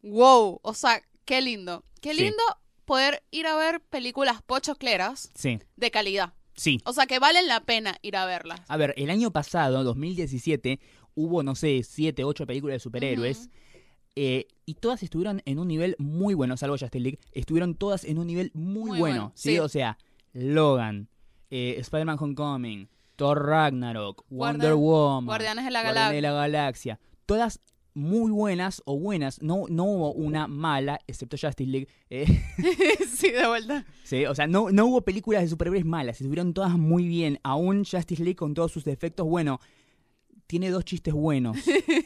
B: wow, o sea, qué lindo. Qué
A: Sí.
B: lindo poder ir a ver películas pochocleras
A: Sí,
B: de calidad.
A: sí.
B: O sea, que valen la pena ir a verlas.
A: A ver, el año pasado, 2017, hubo, no sé, 7, 8 películas de superhéroes. eh, y todas estuvieron en un nivel muy bueno, salvo Justice League. Estuvieron todas en un nivel muy, bueno.
B: Muy bueno,
A: ¿sí?
B: sí.
A: O sea, Logan, eh, Spider-Man Homecoming, Thor Ragnarok, Wonder
B: Guardian-
A: Woman,
B: Guardianes de la
A: Guardianes
B: Galaxia.
A: de la Galaxia. Todas muy buenas o buenas. No, no hubo una mala, excepto Justice League. eh,
B: sí, de vuelta.
A: Sí, o sea, no, no hubo películas de superhéroes malas, estuvieron todas muy bien. Aún Justice League con todos sus defectos, bueno, tiene dos chistes buenos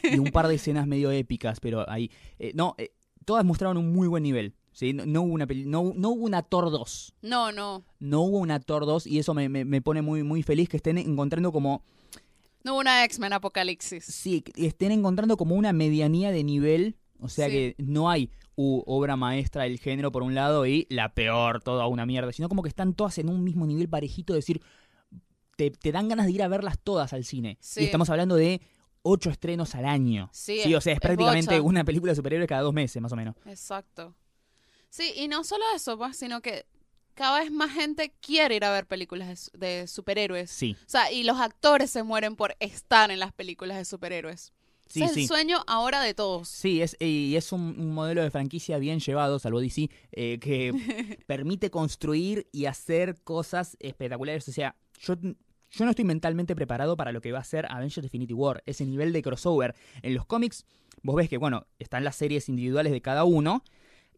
A: y un par de escenas medio épicas, pero ahí. eh, no, eh, todas mostraron un muy buen nivel. ¿sí? No, no hubo una peli- no, no hubo una Thor 2.
B: No, no.
A: No hubo una Thor 2 y eso me, me- me pone muy, muy feliz que estén encontrando como.
B: No hubo una X-Men Apocalipsis.
A: Sí, que estén encontrando como una medianía de nivel. O sea
B: Sí.
A: que no hay uh, obra maestra del género por un lado y la peor, toda una mierda. Sino como que están todas en un mismo nivel parejito. Es decir, te, te dan ganas de ir a verlas todas al cine.
B: Sí.
A: Y estamos hablando de ocho estrenos al año.
B: Sí,
A: o sea, es,
B: es
A: prácticamente
B: bocha.
A: una película de superhéroes cada dos meses, más o menos.
B: Exacto. Sí, y no solo eso, pues, sino que cada vez más gente quiere ir a ver películas de su- de, superhéroes.
A: Sí,
B: O sea, y los actores se mueren por estar en las películas de superhéroes.
A: sí,
B: Ese es
A: sí.
B: el sueño ahora de todos.
A: Sí, es, eh, y es un, un modelo de franquicia bien llevado, salvo DC, eh, que permite construir y hacer cosas espectaculares. O sea, yo, yo no estoy mentalmente preparado para lo que va a ser Avengers Infinity War, ese nivel de crossover. En los cómics, vos ves que, bueno, están las series individuales de cada uno.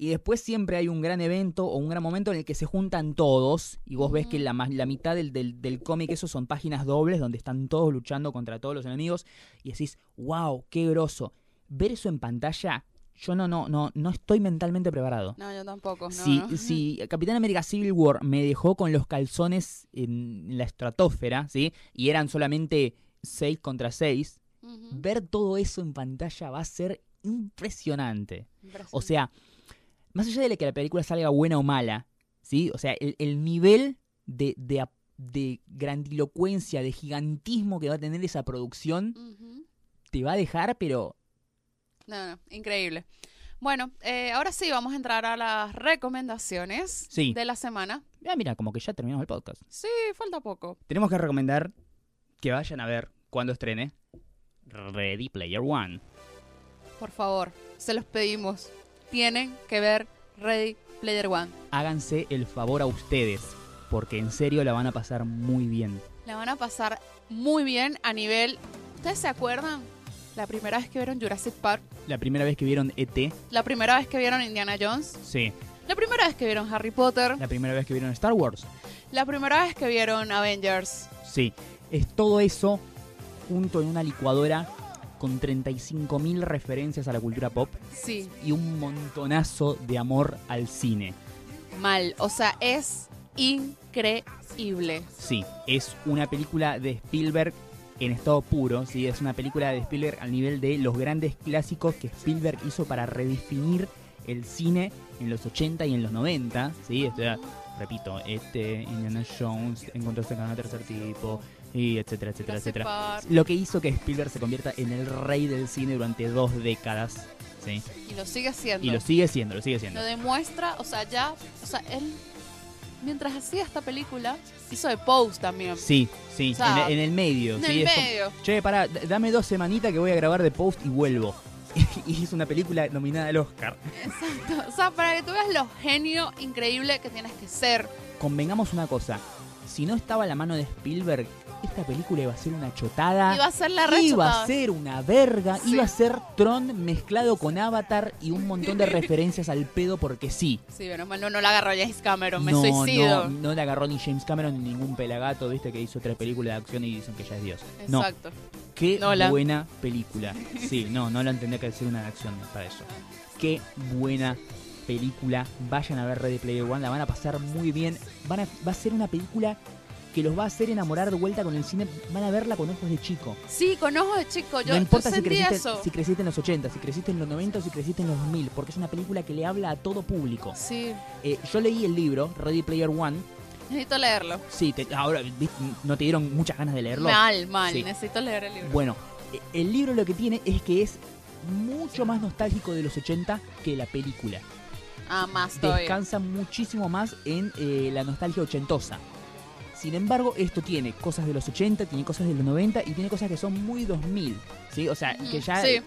A: Y después siempre hay un gran evento o un gran momento en el que se juntan todos y vos ves que la, ma- la mitad del, del, del cómic, eso son páginas dobles donde están todos luchando contra todos los enemigos y decís, wow, qué groso. Ver eso en pantalla, yo no, no, no, no estoy mentalmente preparado.
B: No, yo tampoco. No,
A: Si,
B: no.
A: si Capitán América Civil War me dejó con los calzones en la estratosfera, ¿sí? Y eran solamente 6 contra 6,
B: Ujú.
A: ver todo eso en pantalla va a ser impresionante. O
B: Impresionante.
A: sea, más allá de que la película salga buena o mala, ¿sí? O sea, el, el nivel de, de ap- de grandilocuencia, de gigantismo que va a tener esa producción,
B: Ujú.
A: te va a dejar, pero
B: No, no, increíble. Bueno, eh, ahora sí vamos a entrar a las recomendaciones
A: Sí.
B: de la semana.
A: Ah, mira, como que ya terminamos el podcast.
B: Sí, falta poco.
A: Tenemos que recomendar que vayan a ver cuando estrene Ready Player One.
B: Por favor, se los pedimos. Tienen que ver Ready Player One.
A: Háganse el favor a ustedes, porque en serio la van a pasar muy bien.
B: La van a pasar muy bien a nivel. ¿Ustedes se acuerdan? La primera vez que vieron Jurassic Park,
A: La primera vez que vieron ET,
B: la primera vez que vieron Indiana Jones,
A: sí.
B: la primera vez que vieron Harry Potter,
A: La primera vez que vieron Star Wars,
B: la primera vez que vieron Avengers.
A: sí. Es todo eso junto en una licuadora con 35.000 referencias a la cultura pop
B: Sí,
A: y un montonazo de amor al cine.
B: mal. O sea, es increíble.
A: Sí, es una película de Spielberg en estado puro, sí, es una película de Spielberg al nivel de los grandes clásicos que Spielberg hizo para redefinir el cine en los 80 y en los 90, sí, o sea, repito, este, Indiana Jones, encontrarse con un tercer tipo, y etcétera, etcétera,
B: Jurassic
A: etcétera.
B: Park
A: Lo que hizo que Spielberg se convierta en el rey del cine durante dos décadas, sí,
B: y lo sigue haciendo.
A: y lo sigue siendo, lo sigue siendo.
B: lo demuestra, o sea, ya, o sea, él mientras hacía esta película hizo de Pose también.
A: Sí, sí,
B: O sea,
A: en, el, en el medio,
B: en
A: sí,
B: el
A: es como-
B: medio.
A: Che, pará, d- dame dos semanitas que voy a grabar de post y vuelvo. y es una película nominada al Oscar.
B: O sea, para que tú veas lo genio increíble que tienes que ser.
A: Convengamos una cosa. si no estaba la mano de Spielberg, esta película iba a ser una chotada.
B: Iba a ser la
A: Ah, Iba
B: rechutada.
A: a ser una verga,
B: Sí.
A: iba a ser Tron mezclado con Avatar y un montón de referencias al pedo porque sí.
B: Sí, menos mal, no, no la agarró James Cameron, me
A: no,
B: suicido.
A: no, no le agarró ni James Cameron ni ningún pelagato, viste, que hizo tres películas de acción y dicen que ya es Dios. No,
B: Exacto.
A: Qué
B: Nolan.
A: buena película. Sí, no, no la tendría que decir una de acción para eso. Qué buena película. Vayan a ver Ready Player One, la van a pasar muy bien. Van a- va a ser una película que los va a hacer enamorar de vuelta con el cine. Van a verla con ojos de chico.
B: Sí, con ojos de chico, yo,
A: no
B: yo
A: importa si
B: sentí
A: creciste,
B: eso.
A: si creciste en los 80, si creciste en los 90 o si creciste en los 2000, porque es una película que le habla a todo público.
B: Sí,
A: Eh, yo leí el libro, Ready Player One.
B: necesito leerlo.
A: Sí, te- ahora ¿viste? no te dieron muchas ganas de leerlo.
B: Mal, mal,
A: Sí.
B: necesito leer el libro.
A: Bueno, e- el libro lo que tiene es que es mucho más nostálgico de los 80 que la película.
B: ah, más todavía.
A: Descansa muchísimo más en eh, la nostalgia ochentosa. Sin embargo, esto tiene cosas de los 80, tiene cosas de los 90 y tiene cosas que son muy 2000. ¿sí? O sea,
B: Ujú,
A: que ya...
B: Sí,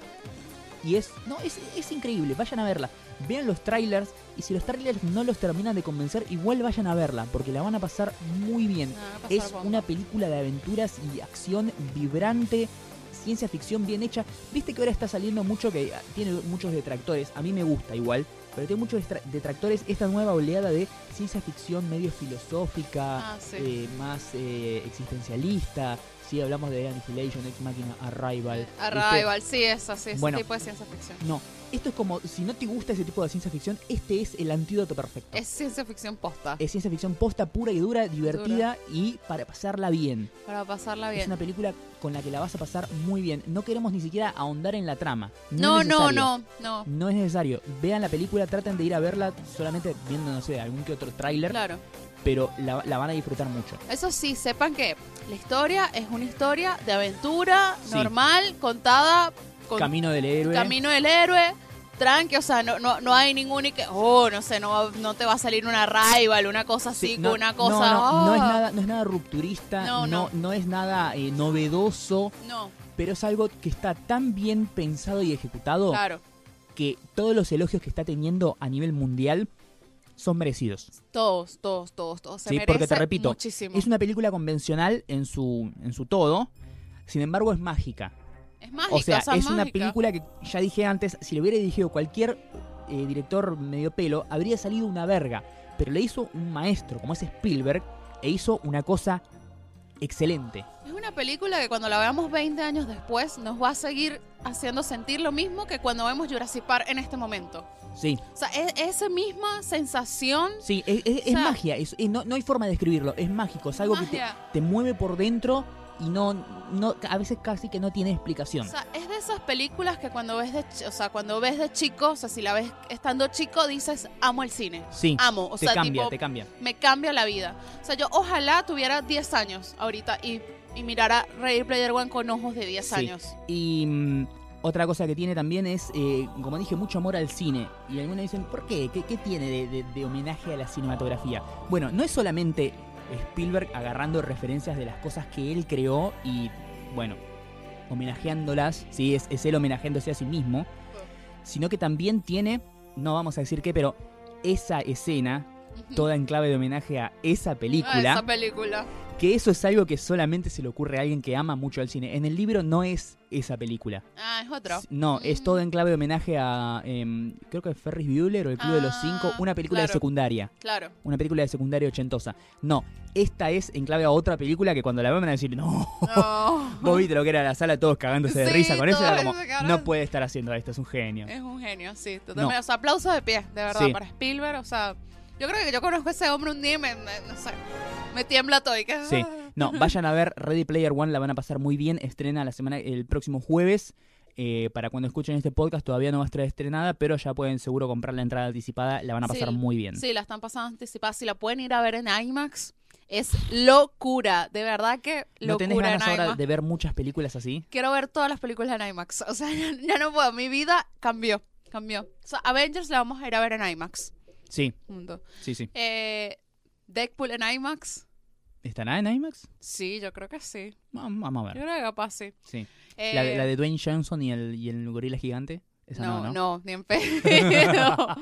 A: Y es... No, es, es increíble, vayan a verla. Vean los trailers y si los trailers no los terminan de convencer, igual vayan a verla, porque la van a pasar muy bien.
B: nada, Ah, pasar
A: Es
B: bomba.
A: una película de aventuras y acción vibrante, ciencia ficción bien hecha. Viste que ahora está saliendo mucho que ah, tiene muchos detractores. A mí me gusta igual, pero tiene muchos destra- detractores esta nueva oleada de ciencia ficción medio filosófica,
B: Ah, sí.
A: eh, más eh, existencialista. Si hablamos de Annihilation, Ex Machina, Arrival.
B: Eh,
A: ¿viste?
B: Arrival, sí, es así, ese
A: Bueno.
B: tipo de ciencia ficción.
A: No, esto es como, si no te gusta ese tipo de ciencia ficción, este es el antídoto perfecto.
B: Es ciencia ficción posta,
A: Es ciencia ficción posta, pura y dura, divertida y para pasarla bien.
B: para pasarla
A: Es
B: bien.
A: una película con la que la vas a pasar muy bien. No queremos ni siquiera ahondar en la trama. No,
B: No,
A: es
B: no,
A: necesario.
B: no, no,
A: No es necesario. Vean la película, traten de ir a verla solamente viendo, no sé, algún que otro tráiler,
B: claro.
A: pero la, la van a disfrutar mucho.
B: Eso sí, sepan que la historia es una historia de aventura
A: Sí.
B: normal, contada con
A: Camino del héroe.
B: camino del héroe, tranqui, o sea, no, no, no hay ningún y que, oh, no sé, no, va- no te va a salir una rival, una cosa
A: Sí,
B: así,
A: no,
B: una
A: no,
B: cosa.
A: no, no es
B: ah,
A: nada, no es nada rupturista, no,
B: No,
A: no.
B: no.
A: es nada eh, novedoso,
B: no,
A: pero es algo que está tan bien pensado y ejecutado
B: claro.
A: que todos los elogios que está teniendo a nivel mundial son merecidos.
B: Todos, todos, todos, todos. Se
A: Sí, porque te
B: merece
A: repito,
B: Muchísimo.
A: Es una película convencional en su, en su todo, sin embargo es mágica.
B: Es mágica,
A: O sea,
B: o sea,
A: es una
B: mágica.
A: película que ya dije antes, si lo hubiera dirigido cualquier eh, director medio pelo, habría salido una verga. Pero le hizo un maestro, como es Spielberg, e hizo una cosa excelente.
B: Es una película que cuando la veamos 20 años después nos va a seguir haciendo sentir lo mismo que cuando vemos Jurassic Park en este momento.
A: Sí,
B: O sea, es esa misma sensación.
A: sí, es, es- es
B: O sea-
A: magia, es- es- no, no hay forma de describirlo, es mágico, es algo que te-
B: magia.
A: te, mueve por dentro y no, no, a veces casi que no tiene explicación.
B: O sea, es de esas películas que cuando ves de, chi- o sea, cuando ves de chico, o sea, si la ves estando chico, dices, amo el cine.
A: Sí,
B: Amo, ah, o
A: te
B: sea,
A: cambia,
B: tipo,
A: te cambia.
B: me cambia la vida. O sea, yo ojalá tuviera 10 años ahorita y, y mirara Ready Player One con ojos de 10
A: Sí.
B: años.
A: Y mm, otra cosa que tiene también es, eh, como dije, mucho amor al cine. Y algunos dicen, ¿por qué? ¿Qué, qué tiene de, de- de homenaje a la cinematografía? Bueno, no es solamente Spielberg agarrando referencias de las cosas que él creó y, bueno, homenajeándolas, sí, es, es él homenajeándose a sí mismo, sino que también tiene, no vamos a decir qué, pero esa escena,
B: Ujú.
A: toda en clave de homenaje a esa
B: Ah,
A: película
B: Esa película.
A: que eso es algo que solamente se le ocurre a alguien que ama mucho el cine. En el libro no es esa película.
B: Ah, es otro.
A: S- No, es
B: Mm.
A: todo en clave de homenaje a, em, creo que Ferris Bueller o El Club de los
B: Ah,
A: Cinco, una película de
B: claro.
A: secundaria,
B: Claro.
A: una película de secundaria ochentosa. No, esta es en clave a otra película que cuando la ven van a decir, no,
B: No.
A: vos viste lo que era la sala, todos cagándose de
B: Sí,
A: risa con eso, era
B: todos
A: como,
B: se cagaron.
A: no puede estar haciendo esto, es un genio.
B: Es un genio, sí, totalmente. O sea, aplausos de pie, de verdad,
A: Sí.
B: para Spielberg. O sea, yo creo que yo conozco a ese hombre un día y me, me- no sé, me tiembla todo y que... "Ah,
A: Sí. No, vayan a ver Ready Player One, la van a pasar muy bien. Estrena la semana, el próximo jueves. Eh, para cuando escuchen este podcast todavía no va a estar estrenada, pero ya pueden seguro comprar la entrada anticipada, la van a pasar
B: Sí,
A: muy bien.
B: Sí, la están pasando anticipada. Si la pueden ir a ver en IMAX, es locura. De verdad que
A: ¿No
B: locura
A: tenés ganas
B: en
A: ahora
B: IMAX.
A: de ver muchas películas así?
B: Quiero ver todas las películas en IMAX. O sea, ya, ya no puedo. Mi vida cambió. Cambió. O sea, Avengers la vamos a ir a ver en IMAX.
A: Sí,
B: Punto.
A: sí, sí.
B: Eh, Deadpool en IMAX.
A: ¿Estará en IMAX?
B: Sí, yo creo que sí.
A: Vam- Vamos a
B: Yo
A: ver.
B: creo que capaz sí.
A: Sí.
B: Eh,
A: La, de, la de Dwayne Johnson y el, y el gorila gigante. Esa no,
B: No,
A: ¿no?
B: no, ni en pedo.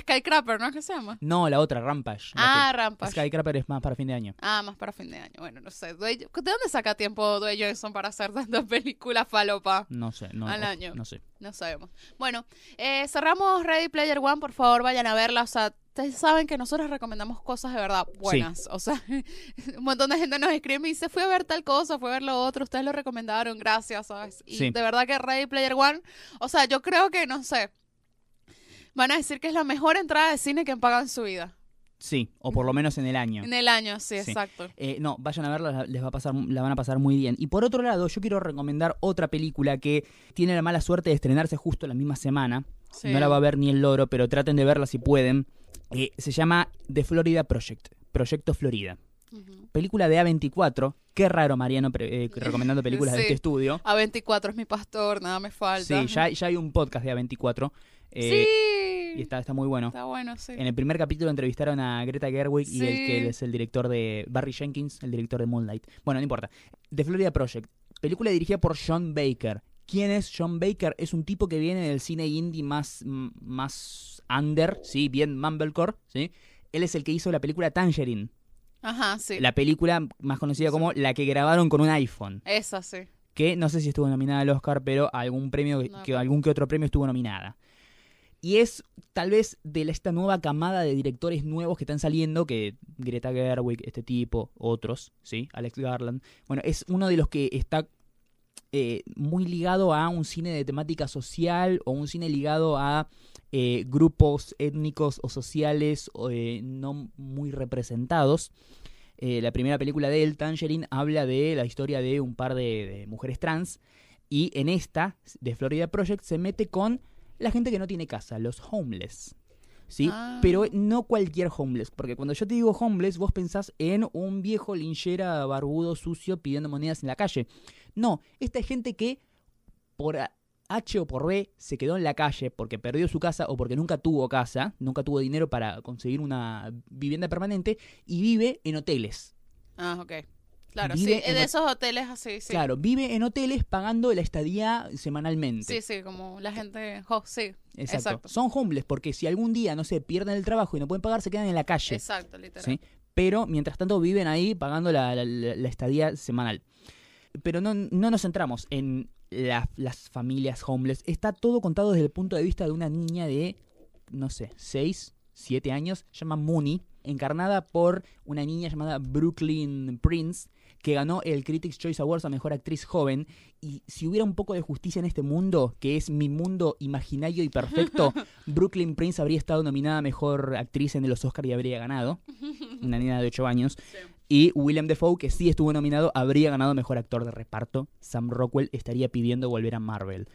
B: Skycrapper, ¿no? ¿Qué se llama?
A: No, la otra, Rampage.
B: ah,
A: la que-
B: Rampage.
A: Skycrapper es más para fin de año.
B: Ah, más para fin de año. Bueno, no sé. Dwayne- ¿De dónde saca tiempo Dwayne Johnson para hacer tantas películas falopa?
A: No sé, no,
B: Al
A: o-
B: año.
A: no sé.
B: No sabemos. Bueno, eh, cerramos Ready Player One. Por favor, vayan a verla. O sea, ustedes saben que nosotros recomendamos cosas de verdad buenas. O sea, un montón de gente nos escribe y me dice, fui a ver tal cosa, fui a ver lo otro. Ustedes lo recomendaron, gracias, ¿sabes? Y
A: Sí.
B: de verdad que Ready Player One, o sea, yo creo que, no sé, van a decir que es la mejor entrada de cine que han pagado en su vida.
A: Sí, o por lo menos en el año.
B: En el año, sí,
A: Sí.
B: exacto.
A: Eh, no, vayan a verla, les va a pasar, la van a pasar muy bien. Y por otro lado, yo quiero recomendar otra película que tiene la mala suerte de estrenarse justo la misma semana.
B: Sí.
A: No la va a ver ni el loro, pero traten de verla si pueden. Eh, se llama The Florida Project, Proyecto Florida.
B: Ujú.
A: Película de A24. Qué raro, Mariano, pre- eh, recomendando películas de
B: Sí.
A: este estudio.
B: A24 es mi pastor, nada me falta.
A: Sí, ya, ya hay un podcast de A24. eh,
B: Sí.
A: Y está, está muy bueno.
B: Está bueno, sí.
A: En el primer capítulo entrevistaron a Greta Gerwig y el que
B: Sí.
A: él es el director de Barry Jenkins, el director de Moonlight. Bueno, no importa. The Florida Project, película dirigida por John Baker. ¿Quién es John Baker? Es un tipo que viene del cine indie más, mm, más under, sí, bien mumblecore, sí. Él es el que hizo la película Tangerine,
B: Ajá, sí.
A: la película más conocida como la que grabaron con un iPhone,
B: Esa, sí.
A: que no sé si estuvo nominada al Oscar, pero a algún premio
B: No,
A: que
B: no.
A: algún que otro premio estuvo nominada. Y es tal vez de la- esta nueva camada de directores nuevos que están saliendo, que Greta Gerwig, este tipo, otros, ¿sí? Alex Garland. Bueno, es uno de los que está eh, muy ligado a un cine de temática social o un cine ligado a eh, grupos étnicos o sociales o, eh, no muy representados. Eh, la primera película de él, Tangerine, habla de la historia de un par de- de mujeres trans. Y en esta, de Florida Project, se mete con la gente que no tiene casa, los homeless. ¿Sí?
B: Ah.
A: Pero no cualquier homeless, porque cuando yo te digo homeless, vos pensás en un viejo linchera barbudo, sucio, pidiendo monedas en la calle. No, esta es gente que por A- H o por B se quedó en la calle porque perdió su casa o porque nunca tuvo casa, nunca tuvo dinero para conseguir una vivienda permanente y vive en hoteles.
B: Ah, ok. Claro,
A: Vive
B: sí. eh,
A: en
B: De
A: hot-
B: esos hoteles así, sí.
A: Claro, vive en hoteles pagando la estadía semanalmente.
B: Sí, sí, como la gente. jo, sí,
A: Exacto.
B: Exacto.
A: Son homeless porque si algún día, no sé, pierden el trabajo y no pueden pagar, se quedan en la calle.
B: exacto, literal.
A: ¿sí? Pero mientras tanto viven ahí pagando la, la- la- la estadía semanal. Pero no, no nos centramos en la- las familias homeless. Está todo contado desde el punto de vista de una niña de, no sé, 6, 7 años, se llama Mooney, encarnada por una niña llamada Brooklyn Prince, que ganó el Critics' Choice Awards a Mejor Actriz Joven. Y si hubiera un poco de justicia en este mundo, que es mi mundo imaginario y perfecto, Brooklyn Prince habría estado nominada a Mejor Actriz en los Oscar y habría ganado. Una niña de 8 años. Y William Defoe, que sí estuvo nominado, habría ganado Mejor Actor de Reparto. Sam Rockwell estaría pidiendo volver a Marvel.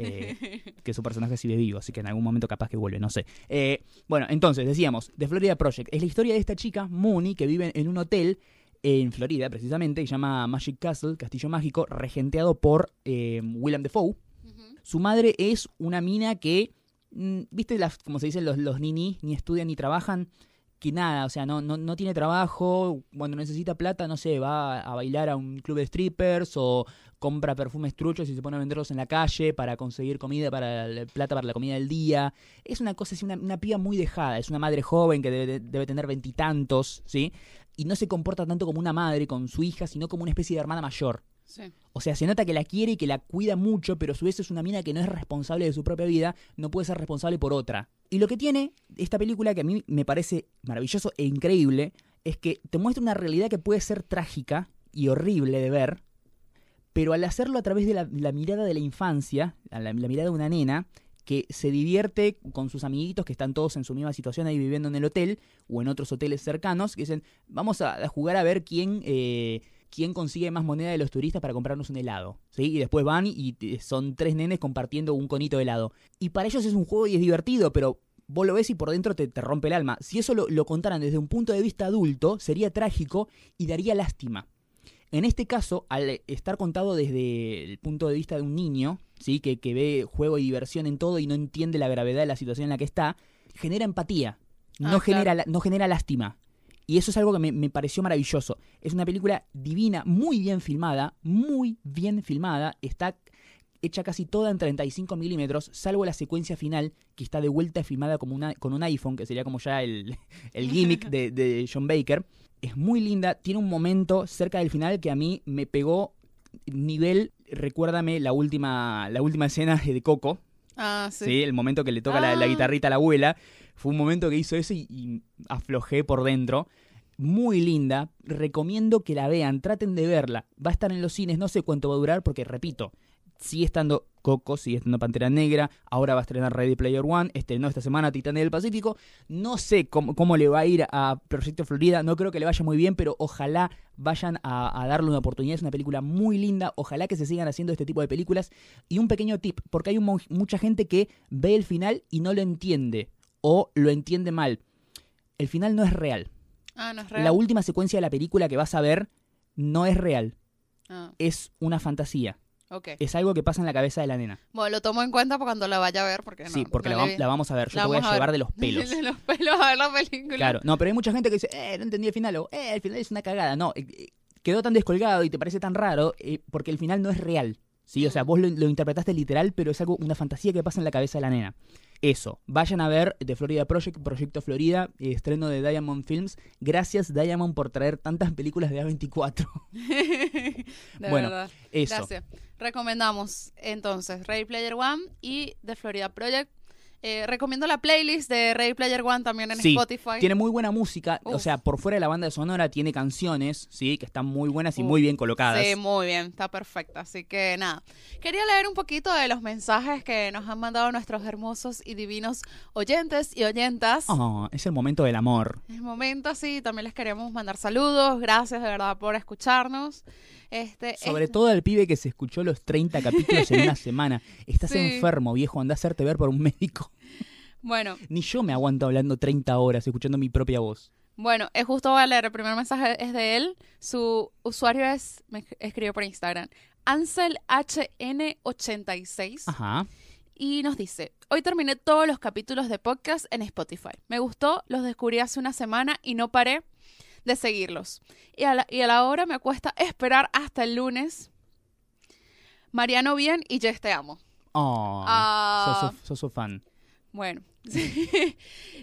A: Eh, que su personaje sigue vivo, así que en algún momento capaz que vuelve, no sé. Eh, bueno, entonces, decíamos, The Florida Project. Es la historia de esta chica, Mooney, que vive en un hotel en Florida, precisamente, que se llama Magic Castle, Castillo Mágico, regenteado por eh, William Defoe.
B: Ujú.
A: Su madre es una mina que, mm, viste, las, como se dicen los, los ninis, ni estudian ni trabajan, que nada, o sea, no, no, no tiene trabajo, cuando necesita plata, no sé, va a bailar a un club de strippers o compra perfumes truchos y se pone a venderlos en la calle para conseguir comida, para la- plata para la comida del día. Es una cosa así, una, una piba muy dejada, es una madre joven que debe, debe tener veintitantos, ¿sí? Y no se comporta tanto como una madre con su hija, sino como una especie de hermana mayor.
B: Sí.
A: O sea, se nota que la quiere y que la cuida mucho, pero a su vez es una mina que no es responsable de su propia vida, no puede ser responsable por otra. Y lo que tiene esta película, que a mí me parece maravilloso e increíble, es que te muestra una realidad que puede ser trágica y horrible de ver, pero al hacerlo a través de la, la mirada de la infancia, a la, la mirada de una nena, que se divierte con sus amiguitos que están todos en su misma situación ahí viviendo en el hotel o en otros hoteles cercanos, que dicen, vamos a, a jugar a ver quién... eh, quién consigue más moneda de los turistas para comprarnos un helado. ¿sí? Y después van y eh, son tres nenes compartiendo un conito de helado. Y para ellos es un juego y es divertido, pero vos lo ves y por dentro te, te rompe el alma. Si eso lo, lo contaran desde un punto de vista adulto, sería trágico y daría lástima. En este caso, al estar contado desde el punto de vista de un niño, ¿sí? que, que ve juego y diversión en todo y no entiende la gravedad de la situación en la que está, genera empatía. No,
B: Ah, claro.
A: genera, la- no genera lástima. Y eso es algo que me, me pareció maravilloso. Es una película divina, muy bien filmada, muy bien filmada. Está hecha casi toda en 35 milímetros, salvo la secuencia final, que está de vuelta filmada como una, con un iPhone, que sería como ya el, el gimmick de, de John Baker. Es muy linda, tiene un momento cerca del final que a mí me pegó nivel, recuérdame la última, la última escena de Coco,
B: Ah,
A: Sí.
B: sí.
A: el momento que le toca la, la
B: Ah.
A: guitarrita a la abuela. Fue un momento que hizo eso y, y aflojé por dentro. Muy linda. Recomiendo que la vean. Traten de verla. Va a estar en los cines. No sé cuánto va a durar porque, repito, sigue estando Coco, sigue estando Pantera Negra. Ahora va a estrenar Ready Player One. Estrenó esta semana Titán del Pacífico. No sé cómo, cómo le va a ir a Proyecto Florida. No creo que le vaya muy bien, pero ojalá vayan a, a darle una oportunidad. Es una película muy linda. Ojalá que se sigan haciendo este tipo de películas. Y un pequeño tip, porque hay un mon- mucha gente que ve el final y no lo entiende o lo entiende mal. El final no es real.
B: Ah, no es real.
A: La última secuencia de la película que vas a ver no es real.
B: Ah,
A: Es una fantasía.
B: ok.
A: Es algo que pasa en la cabeza de la nena.
B: Bueno, lo tomo en cuenta para cuando la vaya a ver, porque no,
A: sí, porque
B: no
A: la,
B: le
A: vam-
B: vi.
A: la vamos a ver. Yo
B: La
A: te voy a
B: vamos a
A: llevar
B: ver.
A: de los pelos.
B: De los pelos a ver la película.
A: Claro, no, pero hay mucha gente que dice, eh, no entendí el final, o eh, el final es una cagada. No, eh, eh, quedó tan descolgado y te parece tan raro eh, porque el final no es real. Sí, o sea, vos lo, lo interpretaste literal, pero es algo, una fantasía que pasa en la cabeza de la nena. Eso, vayan a ver The Florida Project, Proyecto Florida, eh, estreno de Diamond Films. Gracias, Diamond, por traer tantas películas de A24.
B: De
A: Bueno,
B: verdad.
A: Eso.
B: Gracias. Recomendamos entonces Ready Player One y The Florida Project. Eh, recomiendo la playlist de Ready Player One también en
A: Sí,
B: Spotify.
A: Tiene muy buena música, o
B: Uf.
A: sea, por fuera de la banda sonora tiene canciones, sí, que están muy buenas y
B: Uf,
A: muy bien colocadas.
B: Sí, muy bien, está perfecta. Así que nada, quería leer un poquito de los mensajes que nos han mandado nuestros hermosos y divinos oyentes y oyentas.
A: Oh, es el momento del amor.
B: Es momento, sí, también les queremos mandar saludos. Gracias de verdad por escucharnos. Este,
A: Sobre
B: es-
A: todo al pibe que se escuchó los 30 capítulos en una semana. Estás
B: Sí.
A: enfermo, viejo, anda a hacerte ver por un médico.
B: Bueno,
A: Ni yo me aguanto hablando 30 horas escuchando mi propia voz.
B: Bueno, es justo voy a leer. El primer mensaje es de él. Su usuario es, me esc- escribió por Instagram, AnselHN86.
A: Ajá.
B: Y nos dice, hoy terminé todos los capítulos de podcast en Spotify. Me gustó, los descubrí hace una semana y no paré de seguirlos. Y a la, y a la hora me cuesta esperar hasta el lunes. Mariano bien y Jess te amo.
A: Oh,
B: Ah.
A: sos, su- sos su fan.
B: Bueno, sí.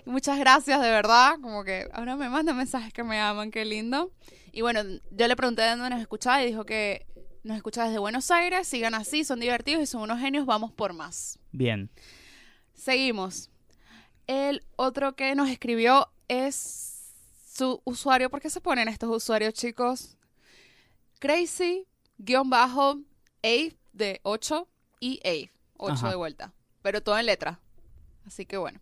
B: muchas gracias de verdad, como que ahora me mandan mensajes que me aman, qué lindo. Y bueno, yo le pregunté de dónde nos escuchaba y dijo que nos escucha desde Buenos Aires, sigan así, son divertidos y son unos genios, vamos por más.
A: Bien.
B: Seguimos. El otro que nos escribió es su usuario, ¿por qué se ponen estos usuarios chicos? Crazy-8 de 8 y A, 8
A: Ajá.
B: de vuelta, pero todo en letra. Así que bueno.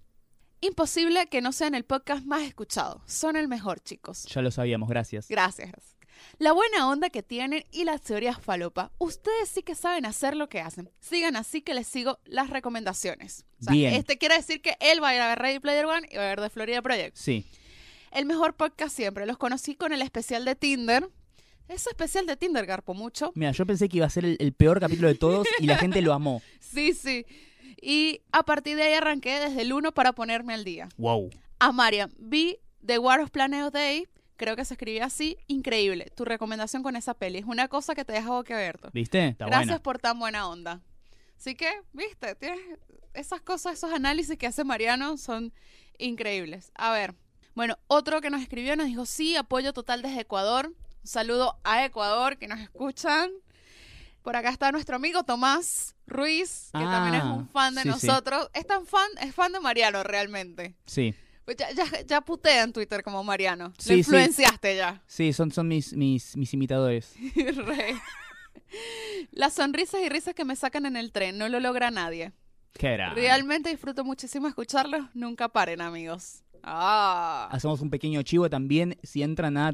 B: Imposible que no sean el podcast más escuchado. Son el mejor, chicos.
A: Ya lo sabíamos, gracias.
B: Gracias. La buena onda que tienen y las teorías falopa. Ustedes sí que saben hacer lo que hacen. Sigan así que les sigo las recomendaciones. O sea,
A: Bien.
B: Este quiere decir que él va a ir a ver Ready Player One y va a ver The Florida Project.
A: Sí.
B: El mejor podcast siempre. Los conocí con el especial de Tinder. Ese especial de Tinder garpo mucho.
A: Mira, yo pensé que iba a ser el, el peor capítulo de todos y la gente lo amó.
B: Sí, sí. Y a partir de ahí arranqué desde el 1 para ponerme al día.
A: Wow.
B: A Mariam, vi The War of Planet of the Apes, creo que se escribía así, increíble. Tu recomendación con esa peli es una cosa que te deja boquiabierto.
A: ¿Viste? Está
B: Gracias
A: buena.
B: por tan buena onda. Así que, viste, tienes esas cosas, esos análisis que hace Mariano son increíbles. A ver, bueno, otro que nos escribió nos dijo, sí, apoyo total desde Ecuador. Un saludo a Ecuador, que nos escuchan. Por acá está nuestro amigo Tomás Ruiz, que también es
A: Ah,
B: un fan de
A: sí, sí.
B: nosotros. Es tan fan, es fan de Mariano realmente.
A: Sí.
B: Pues Ya, ya, ya putea en Twitter como Mariano.
A: Sí,
B: Lo
A: sí.
B: influenciaste ya.
A: Sí, son, son mis, mis, mis imitadores.
B: Re. Las sonrisas y risas que me sacan en el tren, no lo logra nadie.
A: ¿Qué era?
B: Realmente disfruto muchísimo escucharlos. Nunca paren, amigos. Ah.
A: Hacemos un pequeño chivo también. Si entran a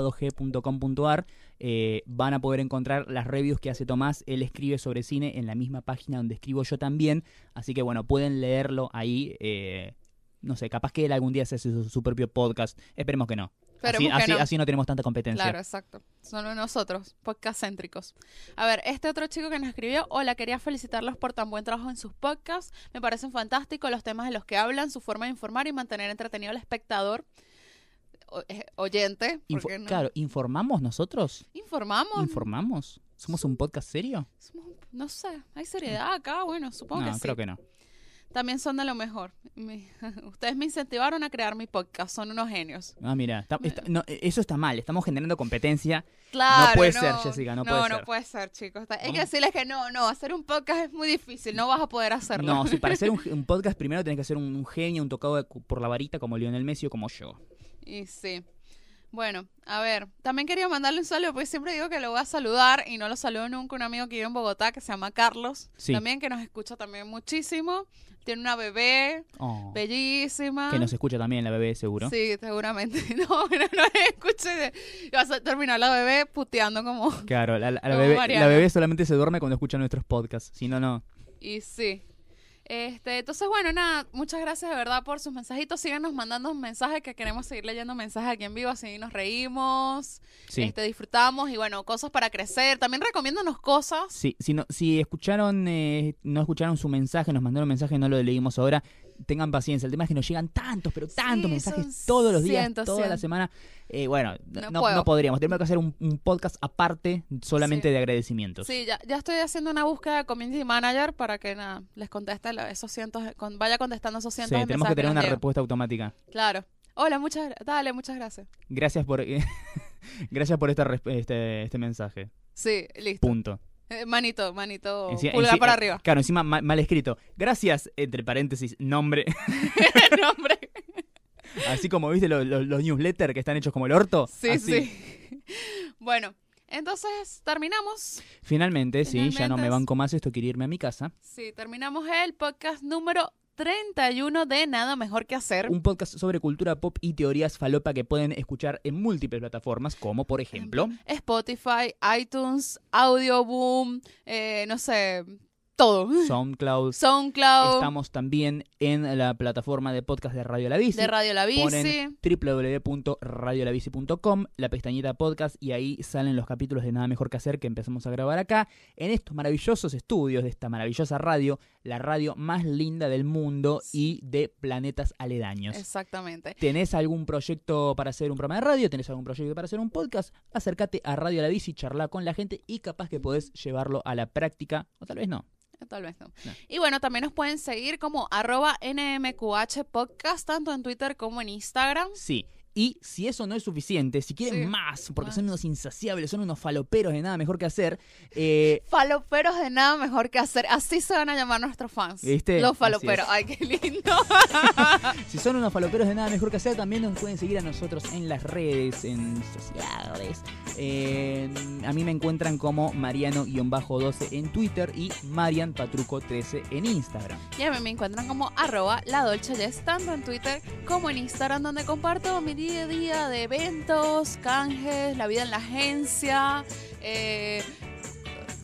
A: www.elladog.com.ar, eh, van a poder encontrar las reviews que hace Tomás. Él escribe sobre cine en la misma página donde escribo yo también. Así que bueno, pueden leerlo ahí. eh, no sé, capaz que él algún día se hace su, su propio podcast. Esperemos que no.
B: Pero
A: así,
B: ¿por qué
A: así-
B: no?
A: así no tenemos tanta competencia.
B: Claro, exacto. Solo nosotros, podcast céntricos. A ver, este otro chico que nos escribió, hola, quería felicitarlos por tan buen trabajo en sus podcasts. Me parecen fantásticos los temas de los que hablan, su forma de informar y mantener entretenido al espectador, o- eh, oyente.
A: Info-
B: porque no-
A: Claro, ¿informamos nosotros?
B: Informamos.
A: ¿Informamos? ¿Somos un podcast serio?
B: Somos- No sé, hay seriedad acá, bueno, supongo
A: No,
B: que sí.
A: creo que no.
B: También son de lo mejor. Me- Ustedes me incentivaron a crear mi podcast, son unos genios.
A: Ah, mira, está- está- no, eso está mal, estamos generando competencia.
B: Claro.
A: puede ser, Jessica, no puede
B: No,
A: ser.
B: no puede ser, chicos. Está- Hay
A: Vamos.
B: que decirles que no, no, hacer un podcast es muy difícil, no vas a poder hacerlo.
A: No, si para hacer un, un podcast primero tenés que ser un, un genio, un tocado de cu- por la varita como Lionel Messi o como yo.
B: Y sí. Bueno, a ver, también quería mandarle un saludo, porque siempre digo que lo voy a saludar y no lo saludo nunca, un amigo que vive en Bogotá que se llama Carlos,
A: Sí.
B: también que nos escucha también muchísimo, tiene una bebé
A: Oh,
B: bellísima.
A: que nos escucha también la bebé, seguro.
B: Sí, seguramente. No, no, no escuche. Vas a terminar la bebé puteando como...
A: Claro, la, la- la
B: Como
A: bebé, la
B: Mariana.
A: bebé solamente se duerme cuando escucha nuestros podcasts, si no, no.
B: Y sí. Este, entonces, bueno, nada, muchas gracias de verdad por sus mensajitos. Síganos mandando mensajes que queremos seguir leyendo mensajes aquí en vivo, así nos reímos.
A: Sí.
B: este, disfrutamos y bueno, cosas para crecer. También recomiéndanos cosas.
A: Sí, si, no, si escucharon, eh, no escucharon su mensaje, nos mandaron un mensaje, no lo leímos ahora, tengan paciencia. El tema es que nos llegan tantos, pero tantos
B: Sí,
A: mensajes
B: son
A: todos los días,
B: cientos,
A: toda la
B: cien.
A: semana. Eh, bueno, no,
B: No
A: no-
B: puedo.
A: no podríamos. Tenemos que hacer un, un podcast aparte solamente
B: Sí.
A: de agradecimientos.
B: Sí, ya, ya estoy haciendo una búsqueda de community manager para que nada, les conteste la- esos cientos, de- con- vaya contestando esos
A: Sí,
B: cientos de
A: tenemos
B: mensajes
A: que tener
B: nos
A: una
B: llegan.
A: respuesta automática.
B: Claro. Hola, muchas gra- Dale, muchas gracias.
A: Gracias por, eh, gracias por esta resp- este, este mensaje.
B: Sí, listo.
A: Punto.
B: Eh, Manito, manito,
A: Enci-
B: Oh, pulgar
A: enci-
B: para
A: eh,
B: arriba.
A: Claro, encima ma- mal, escrito. Gracias, entre paréntesis, nombre. eh.
B: No, hombre.
A: Así como viste lo- lo- los newsletters que están hechos como el orto.
B: Sí,
A: así.
B: sí. Bueno, entonces terminamos.
A: Finalmente, sí, ya no
B: Finalmente
A: me
B: es-
A: banco más esto, quiero irme a mi casa.
B: Sí, terminamos el podcast número 31 de Nada Mejor que Hacer.
A: Un podcast sobre cultura pop y teorías falopa que pueden escuchar en múltiples plataformas, como por ejemplo.
B: Em, Spotify, iTunes, Audioboom, eh, no sé, todo.
A: SoundCloud.
B: SoundCloud,
A: Estamos también en la plataforma de podcast de Radio La Bici.
B: de Radio La Bici.
A: Ponen www.radiolabici.com, la pestañita podcast, y ahí salen los capítulos de Nada Mejor Que Hacer que empezamos a grabar acá, en estos maravillosos estudios de esta maravillosa radio, la radio más linda del mundo y de planetas aledaños.
B: Exactamente.
A: ¿Tenés algún proyecto para hacer un programa de radio? ¿Tenés algún proyecto para hacer un podcast? Acércate a Radio La Bici, charla con la gente y capaz que podés llevarlo a la práctica, o tal vez no.
B: Eh, Tal vez no.
A: No.
B: Y bueno, también nos pueden seguir como arroba NMQH Podcast, tanto en Twitter como en Instagram.
A: Sí. Y si eso no es suficiente, si quieren
B: Sí.
A: más, porque son
B: Más.
A: unos insaciables, son unos faloperos de nada mejor que hacer, eh,
B: Faloperos de nada mejor que hacer. Así se van a llamar nuestros fans.
A: ¿Viste? Así
B: Los
A: es.
B: faloperos. Ay, qué lindo.
A: si son unos faloperos de nada mejor que hacer, también nos pueden seguir a nosotros en las redes, en sociedades. Eh, a mí me encuentran como Mariano-12 en Twitter y Marian Patruco 13 en Instagram.
B: Y a mí me encuentran como arroba la Dolce Jess, tanto en Twitter como en Instagram, donde comparto mi día a día de eventos, canjes, la vida en la agencia, eh,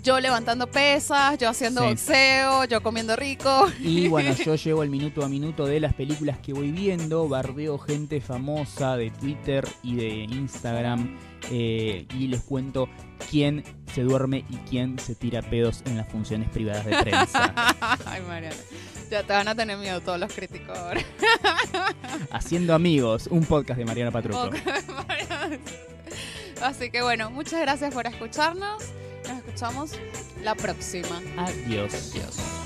B: yo levantando pesas, yo haciendo
A: Sí.
B: boxeo, yo comiendo rico.
A: Y bueno, yo llevo el minuto a minuto de las películas que voy viendo, bardeo gente famosa de Twitter y de Instagram eh, y les cuento quién se duerme y quién se tira pedos en las funciones privadas de prensa.
B: Ay, Mariana. Ya te van a tener miedo todos los críticos ahora.
A: Haciendo amigos, un podcast de Mariana Patruco.
B: Mariana. Así que bueno, muchas gracias por escucharnos. Nos escuchamos la próxima.
A: Adiós.
B: Adiós.